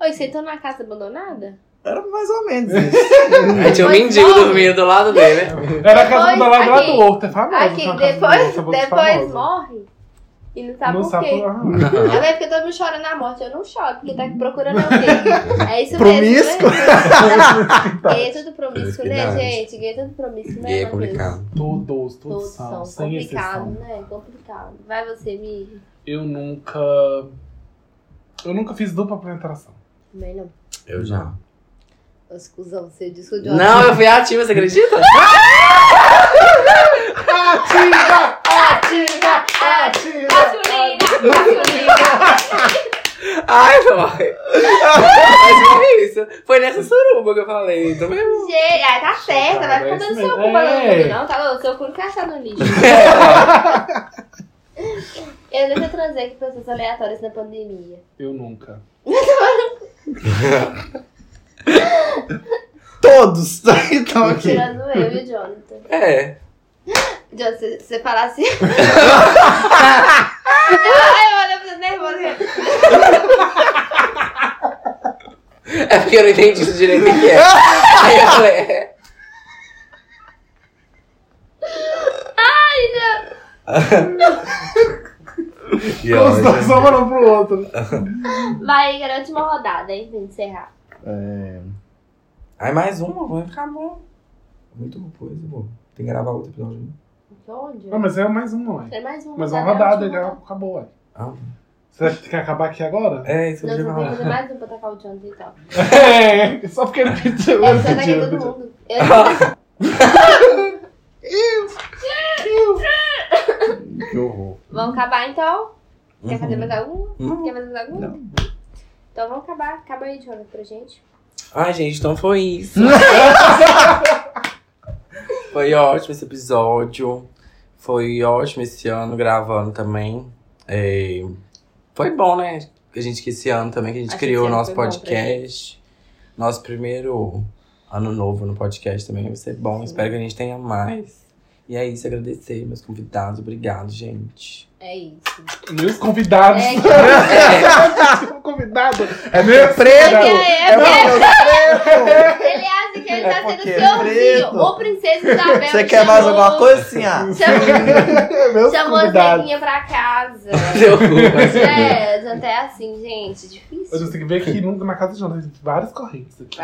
Oi, você entrou na casa abandonada? Era mais ou menos isso. Aí tinha um Depois mendigo morre. dormindo do lado dele. Era a casa Depois- do lado lá aqui. do outro, é famoso. Aqui, tem uma casa do depois, outro, é depois famoso. morre. E não sabe Não por sabe quê. por- Aí vai ficar todo mundo chorando a morte. Eu não choro, porque tá procurando alguém. É isso Promíscuo. mesmo. Né? Gay é tudo promíscuo, né, Verdade. gente? Gay é tudo promíscuo, né? Gay é Matheus? complicado. Todos, Todos todos são são, sem complicados, exceção. né? Complicado. Vai você, Mi. Eu nunca. Eu nunca fiz dupla penetração. Também não. Eu já. Os cuzão, seu disco de Não, eu fui ativa, você acredita? Ativa! Ativa! Ativa! Ativa! Masculina! Masculina! Ai, foi. Mas foi isso. Foi nessa suruba que eu falei. Então, meu... Gente, ah, tá certa. Vai ficar Cara, dando isso seu cu mesmo. falando É. tudo, não. Tá louco? Seu cu que achar no lixo. Eu nunca transei com pessoas aleatórias na pandemia. Eu nunca. Todos. Então aqui. Tirando eu e o Jonathan. É. Jonathan, se você falar assim. Ai, eu olho nervosa. É porque eu não entendi isso direito o que é. Aí eu falei, é. Ai, já. E é ela- Os dois vão um pro outro. Vai, garante uma rodada, hein, pra encerrar. Aí mais uma, vai ficar bom. Muito boa coisa, pô. Tem que gravar outro episódio. né? Onde? Não, mas é mais um, não é? Tem mais uma Mais uma é rodada, a última já acabou, ué. Ah, Será que quer acabar aqui agora? é isso que eu Não, queria você tem que falar. fazer mais um pra tacar o Jones, então. É, só porque ele pediu. Eu ele já taquei pediu, é todo pediu. mundo. Eu Que horror. Vamos acabar, então? Quer fazer Uhum. mais algum? Não. Quer fazer mais algum? Então vamos acabar. Acaba aí, Jonas, pra gente. Ai, gente, então foi isso. foi ótimo esse episódio. Foi ótimo esse ano gravando também. É, Foi bom, né? A gente que esse ano também, que a gente Acho que criou o esse ano nosso foi bom pra podcast. Nosso primeiro ano novo no podcast também vai ser bom. Espero que a gente tenha mais. E é isso, agradecer meus convidados. Obrigado, gente. É isso. E os convidados. É, É, convidado. É meio preto. é, É meu preto! Ele acha que ele É tá sendo porque é seu preto. filho. Ô, princesa Isabel. Você me quer mais chamou- alguma coisa, ah. Sinha? Chamou, É meus chamou a convidados. Zequinha pra casa. É, Janta é assim, gente. A Difícil. gente tem que ver aqui no- na casa de Jonas tem várias correntes aqui.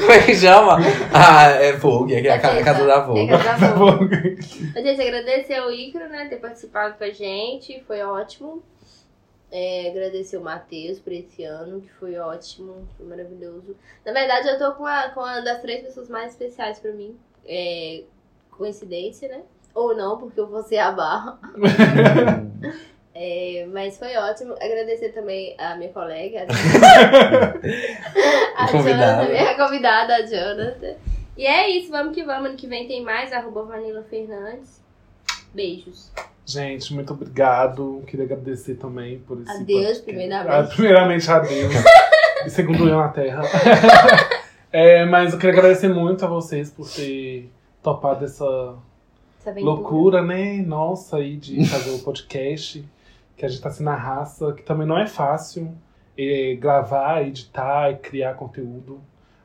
Como é que chama? Ah, é Vogue, é a ca- a casa da É a Vogue. casa da Tá Vogue. bom. Mas, gente, agradecer ao Icro, né, ter participado com a gente, foi ótimo. É, agradecer o Matheus por esse ano, que foi ótimo, foi maravilhoso. Na verdade, eu tô com a, com uma das três pessoas mais especiais pra mim. É, coincidência, né? Ou não, porque eu vou ser a barra. É, mas foi ótimo. Agradecer também a minha colega, a, Convidada. Jonas, minha convidada, a Jonas. E é isso, vamos que vamos. Ano que vem tem mais, arroba Vanilla Fernandes. Beijos. Gente, muito obrigado. Queria agradecer também por esse. Adeus, podcast. primeiramente. Ah, primeiramente, adeus. e segundo eu na Terra. É, mas eu queria agradecer muito a vocês por ter topado essa Essa aventura. loucura, né? Nossa, aí de fazer o podcast, que a gente tá assim na raça, que também não é fácil é, gravar, editar e criar conteúdo.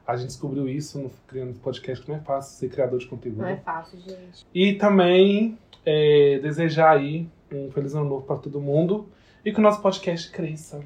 A gente descobriu isso no criando podcast, que não é fácil ser criador de conteúdo. Não é fácil, gente. E também é, desejar aí um feliz ano novo pra todo mundo e que o nosso podcast cresça.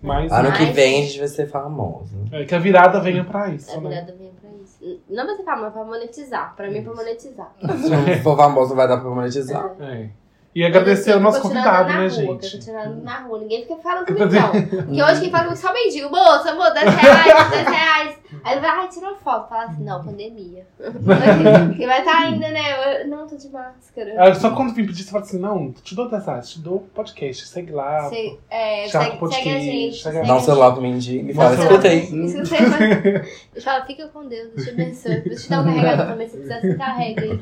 Mais Ano que Mas- vem a gente vai ser famoso. é, que a virada venha pra isso, A né? virada vem pra isso. Não vai ser calma, vai monetizar. Pra mim, é pra monetizar. Uhum. Se não for famoso, não vai dar pra monetizar. É. E agradecer Eu ao nosso continuo convidado, andando na né, rua, que eu gente? continuo andando na rua. Ninguém fica falando comigo, não. Porque hoje quem fala comigo é só mendigo. Moça, moça, 10 reais, 10 reais. Aí ele vai, ai, tira uma foto. Fala assim, não, pandemia. Porque vai estar ainda, né? Eu, não, tô de máscara. Ah, Só quando vim pedir, você fala assim: não, te dou 10 reais, te dou podcast, segue lá. Se- é, Chaco segue, Podcast, segue a gente. segue a- segue Dá a um gente. celular pro mendigo e fala, Nossa, escuta aí. Escuta aí. Eu falo, fica com Deus, Deus te abençoe. Vou te dar um carregador também, se precisar, se carrega aí.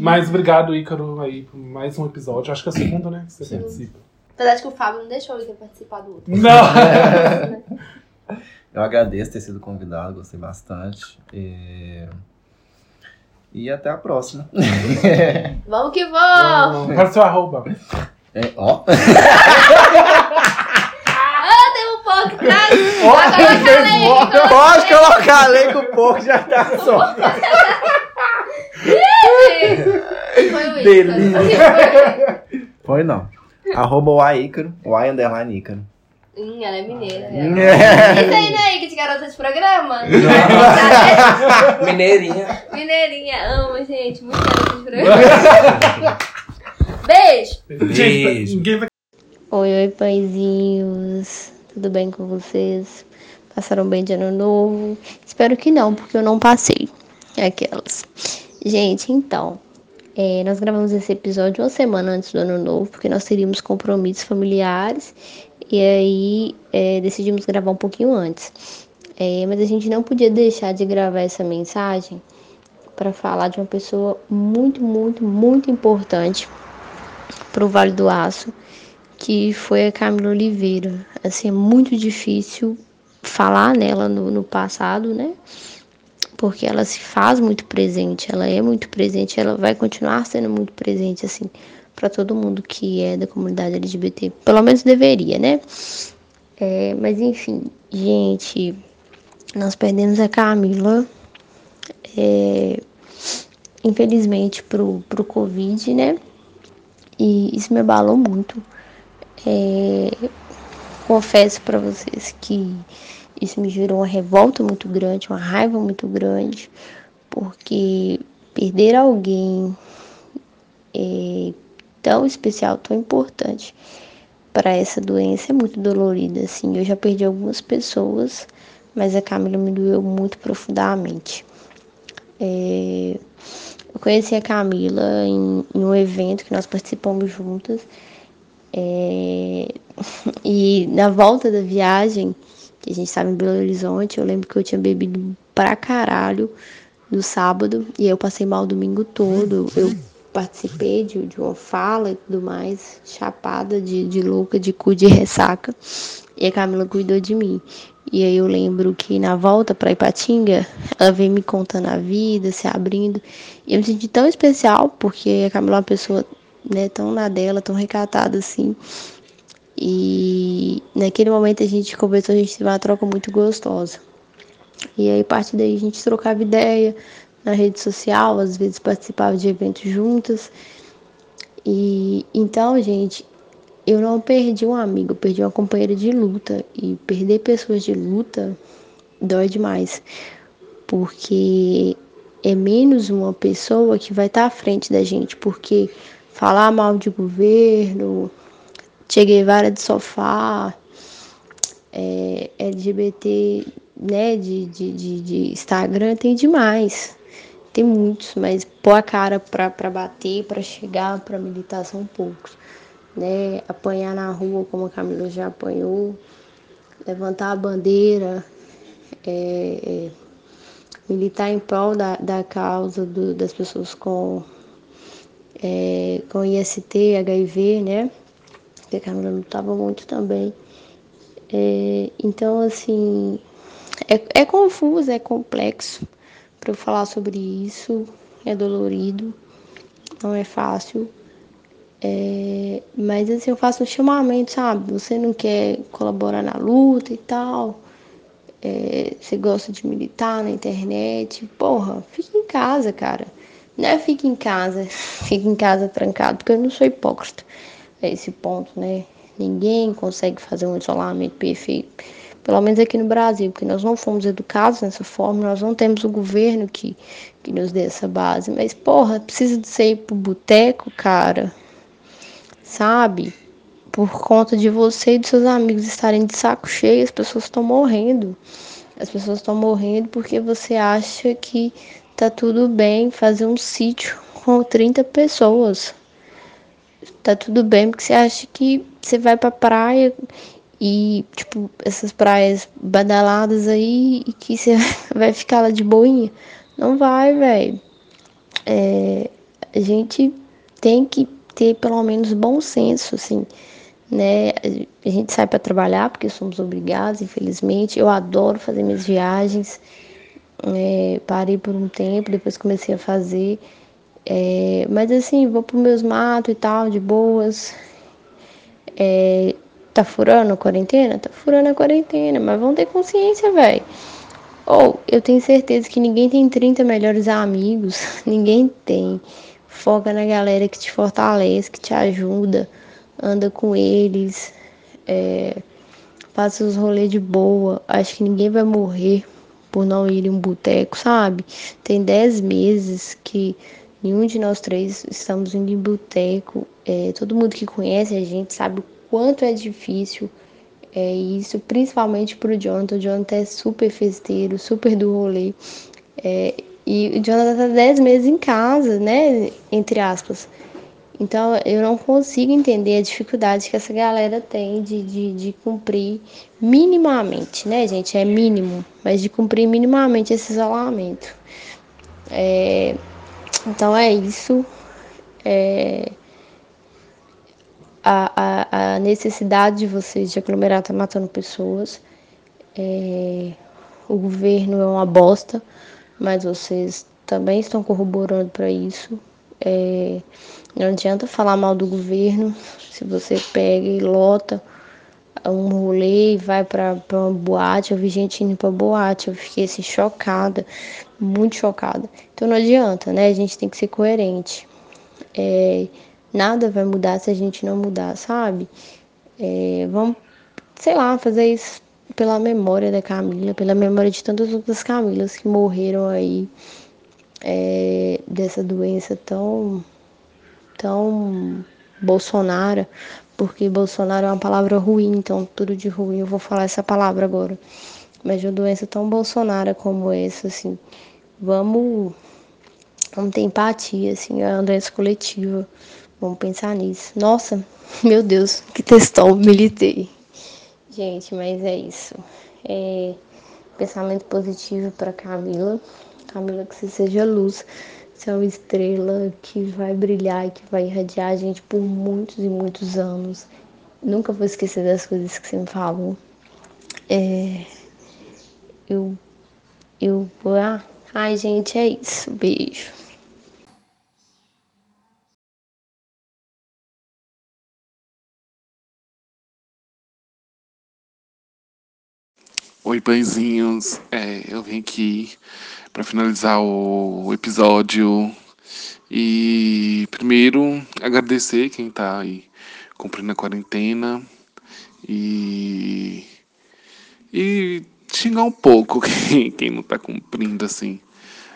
Mas obrigado, Ícaro, aí, por mais um episódio. Acho que é o segundo, né? Que você Sim. É. participa. Apesar de que o Fábio não deixou o Igor participar do outro. Não! Eu agradeço ter sido convidado, gostei bastante. E, e até a próxima. Vamos que vamos! Fala seu arroba. É, ó. Tem um pouco atrás! Agora calei! Pode colocar lei com o porco, já tá só. Foi o Delícia. Igor. Foi não. Arroba o Ícaro, o A underline Ícaro. Hum, ela é mineira. ela. É. Isso aí, né, Igor, de garota de programa? Mineirinha. Mineirinha, amo, gente. Muito garota de programa. Beijo! Gente, Beijo. ninguém vai Oi, oi, paizinhos. Tudo bem com vocês? Passaram bem de ano novo? Espero que não, porque eu não passei. É Aquelas. Gente, então, é, nós gravamos esse episódio uma semana antes do ano novo, porque nós teríamos compromissos familiares. E aí é, decidimos gravar um pouquinho antes. É, mas a gente não podia deixar de gravar essa mensagem para falar de uma pessoa muito, muito, muito importante para o Vale do Aço que foi a Camila Oliveira. Assim, é muito difícil falar nela no, no passado, né? Porque ela se faz muito presente, ela é muito presente, ela vai continuar sendo muito presente, assim, para todo mundo que é da comunidade LGBT. Pelo menos deveria, né? É, mas enfim, gente, nós perdemos a Camila. É, infelizmente, pro, pro Covid, né? E isso me abalou muito. É, confesso para vocês que isso me gerou uma revolta muito grande, uma raiva muito grande, porque perder alguém é, tão especial, tão importante para essa doença é muito dolorida, assim. Eu já perdi algumas pessoas, mas a Camila me doeu muito profundamente. É, eu conheci a Camila em, em um evento que nós participamos juntas. É, e na volta da viagem, que a gente estava em Belo Horizonte, eu lembro que eu tinha bebido pra caralho no sábado, e aí eu passei mal o domingo todo. Eu participei de, de uma fala e tudo mais, chapada de, de louca, de cu de ressaca, e a Camila cuidou de mim. E aí eu lembro que na volta pra Ipatinga, ela veio me contando a vida, se abrindo, e eu me senti tão especial, porque a Camila é uma pessoa né, tão na dela, tão recatada assim. E naquele momento a gente conversou, a gente teve uma troca muito gostosa. E aí, a partir daí, a gente trocava ideia na rede social, às vezes participava de eventos juntas. E então, gente, eu não perdi um amigo, eu perdi uma companheira de luta. E perder pessoas de luta dói demais, porque é menos uma pessoa que vai estar à frente da gente, porque falar mal de governo, Che Guevara de sofá, é, LGBT, né, de, de, de, de Instagram, tem demais. Tem muitos, mas pôr a cara pra, pra bater, pra chegar, pra militar são poucos. Né? Apanhar na rua, como a Camila já apanhou, levantar a bandeira, é, é, militar em prol da, da causa do- das pessoas com, é, com IST, HIV, né? que a Camila lutava muito também. É, então, assim, é, é confuso, é complexo para eu falar sobre isso, é dolorido, não é fácil. É, mas assim, eu faço um chamamento, sabe? Você não quer colaborar na luta e tal, é, você gosta de militar na internet, porra, fica em casa, cara. Não é fica em casa, fica em casa trancado, porque eu não sou hipócrita a esse ponto, né? Ninguém consegue fazer um isolamento perfeito, pelo menos aqui no Brasil, porque nós não fomos educados nessa forma, nós não temos o governo que, que nos dê essa base. Mas, porra, precisa de você ir pro boteco, cara, sabe? Por conta de você e dos seus amigos estarem de saco cheio, as pessoas estão morrendo. As pessoas estão morrendo porque você acha que tá tudo bem fazer um sítio com 30 pessoas tá tudo bem, porque você acha que você vai pra praia e, tipo, essas praias badaladas aí e que você vai ficar lá de boinha. Não vai, velho. É, a gente tem que ter pelo menos bom senso, assim, né? A gente sai pra trabalhar porque somos obrigados, infelizmente. Eu adoro fazer minhas viagens. É, parei por um tempo, depois comecei a fazer. É, mas assim, vou pros meus matos e tal, de boas. É, tá furando a quarentena? Tá furando a quarentena, mas vão ter consciência, velho. Ou eu tenho certeza que ninguém tem 30 melhores amigos, ninguém tem. Foca na galera que te fortalece, que te ajuda, anda com eles, é, faça os rolês de boa. Acho que ninguém vai morrer por não ir em um boteco, sabe? Tem 10 meses que nenhum de nós três estamos indo em boteco. É, todo mundo que conhece a gente sabe o quanto é difícil é, isso, principalmente pro Jonathan. O Jonathan é super festeiro, super do rolê. É, e o Jonathan tá 10 meses em casa, né? Entre aspas. Então eu não consigo entender a dificuldade que essa galera tem de, de, de cumprir minimamente, né, gente? É mínimo, mas de cumprir minimamente esse isolamento. É, então é isso. É, a, a, a necessidade de vocês de aglomerar tá matando pessoas. É, o governo é uma bosta, mas vocês também estão corroborando para isso. É, não adianta falar mal do governo se você pega e lota um rolê e vai pra, pra uma boate. Eu vi gente indo pra boate, eu fiquei assim, chocada, muito chocada. Então não adianta, né? A gente tem que ser coerente. É, nada vai mudar se a gente não mudar, sabe? É, vamos, sei lá, fazer isso pela memória da Camila, pela memória de tantas outras Camilas que morreram aí é, dessa doença tão, tão Bolsonaro, porque Bolsonaro é uma palavra ruim, então tudo de ruim eu vou falar essa palavra agora. Mas de uma doença tão Bolsonaro como essa, assim, vamos, vamos ter É um empatia, assim, é uma doença coletiva. Vamos pensar nisso. Nossa, meu Deus, que textão militei. Gente, mas é isso. É, pensamento positivo para Camila. Camila, que você seja luz. Você é uma estrela que vai brilhar e que vai irradiar a gente por muitos e muitos anos. Nunca vou esquecer das coisas que você me falou. É, eu. Eu. Ah, ai, gente, é isso. Beijo. Oi, pãezinhos. É, eu vim aqui para finalizar o episódio e primeiro agradecer quem tá aí cumprindo a quarentena e e xingar um pouco quem, quem não tá cumprindo assim.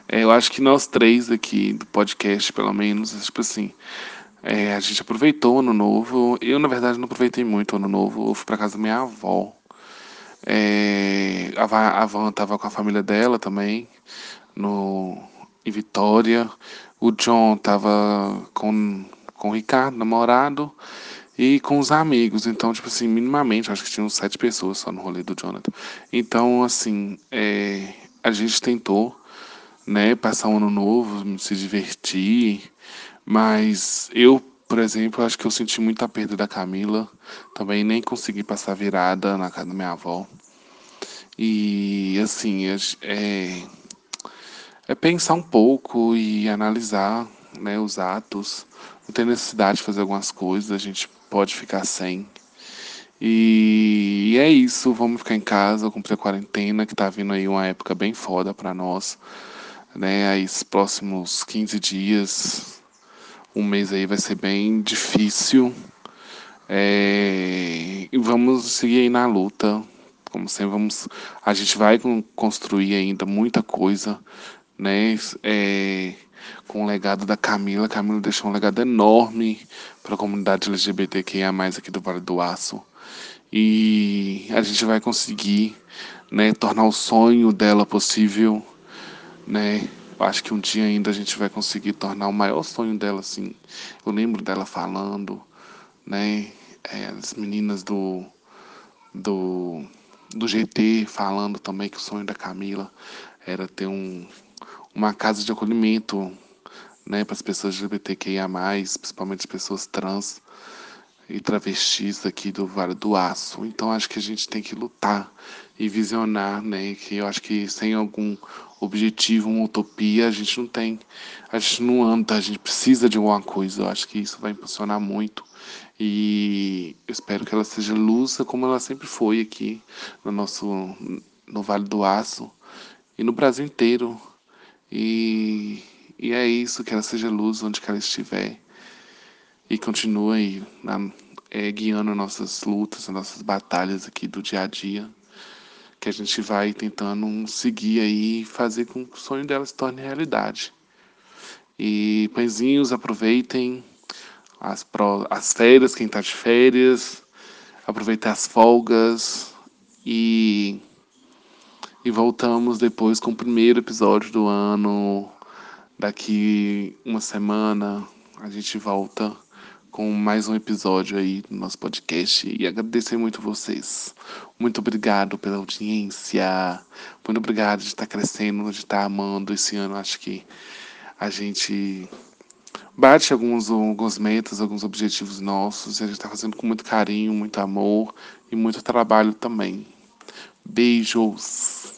É, eu acho que nós três aqui do podcast, pelo menos, é tipo assim, é, a gente aproveitou o ano novo. Eu, na verdade, não aproveitei muito o ano novo. Eu fui pra casa da minha avó. É, a, Va- a Van tava com a família dela também, no, em Vitória. O John tava com, com o Ricardo, namorado, e com os amigos. Então, tipo assim, minimamente, acho que tinham sete pessoas só no rolê do Jonathan. Então, assim, é, a gente tentou, né, passar um ano novo, se divertir. Mas eu, por exemplo, acho que eu senti muita perda da Camila. Também nem consegui passar virada na casa da minha avó. E assim, é, é- é pensar um pouco e analisar né, os atos. Não tem necessidade de fazer algumas coisas, a gente pode ficar sem. E, e é isso, vamos ficar em casa, cumprir a quarentena, que tá vindo aí uma época bem foda pra nós. Né, aí os próximos 15 dias, um mês aí vai ser bem difícil. É, e vamos seguir aí na luta. Como sempre, vamos, a gente vai con- construir ainda muita coisa, né? É, com o legado da Camila. Camila deixou um legado enorme para a comunidade LGBTQIA, aqui do Vale do Aço. E a gente vai conseguir, né, tornar o sonho dela possível né? Eu acho que um dia ainda a gente vai conseguir tornar o maior sonho dela, assim. Eu lembro dela falando, né? É, as meninas do, do, do GT falando também que o sonho da Camila era ter um, uma casa de acolhimento, né? Para as pessoas LGBTQIA+, principalmente as pessoas trans e travestis aqui do Vale do Aço. Então acho que a gente tem que lutar e visionar, né? Que eu acho que sem algum objetivo, uma utopia, a gente não tem. A gente não anda, a gente precisa de alguma coisa. Eu acho que isso vai impulsionar muito. E eu espero que ela seja lusa como ela sempre foi aqui no nosso no Vale do Aço e no Brasil inteiro. E, e é isso, que ela seja luz onde que ela estiver e continua aí na- é, guiando nossas lutas, nossas batalhas aqui do dia a dia, que a gente vai tentando seguir aí e fazer com que o sonho dela se torne realidade. E pãezinhos, aproveitem as, pró- as férias, quem tá de férias, aproveitem as folgas e, e voltamos depois com o primeiro episódio do ano. Daqui uma semana a gente volta com mais um episódio aí do nosso podcast e agradecer muito vocês. Muito obrigado pela audiência. Muito obrigado de estar crescendo, de estar amando esse ano. Acho que a gente bate alguns, alguns metas, alguns objetivos nossos e a gente está fazendo com muito carinho, muito amor e muito trabalho também. Beijos!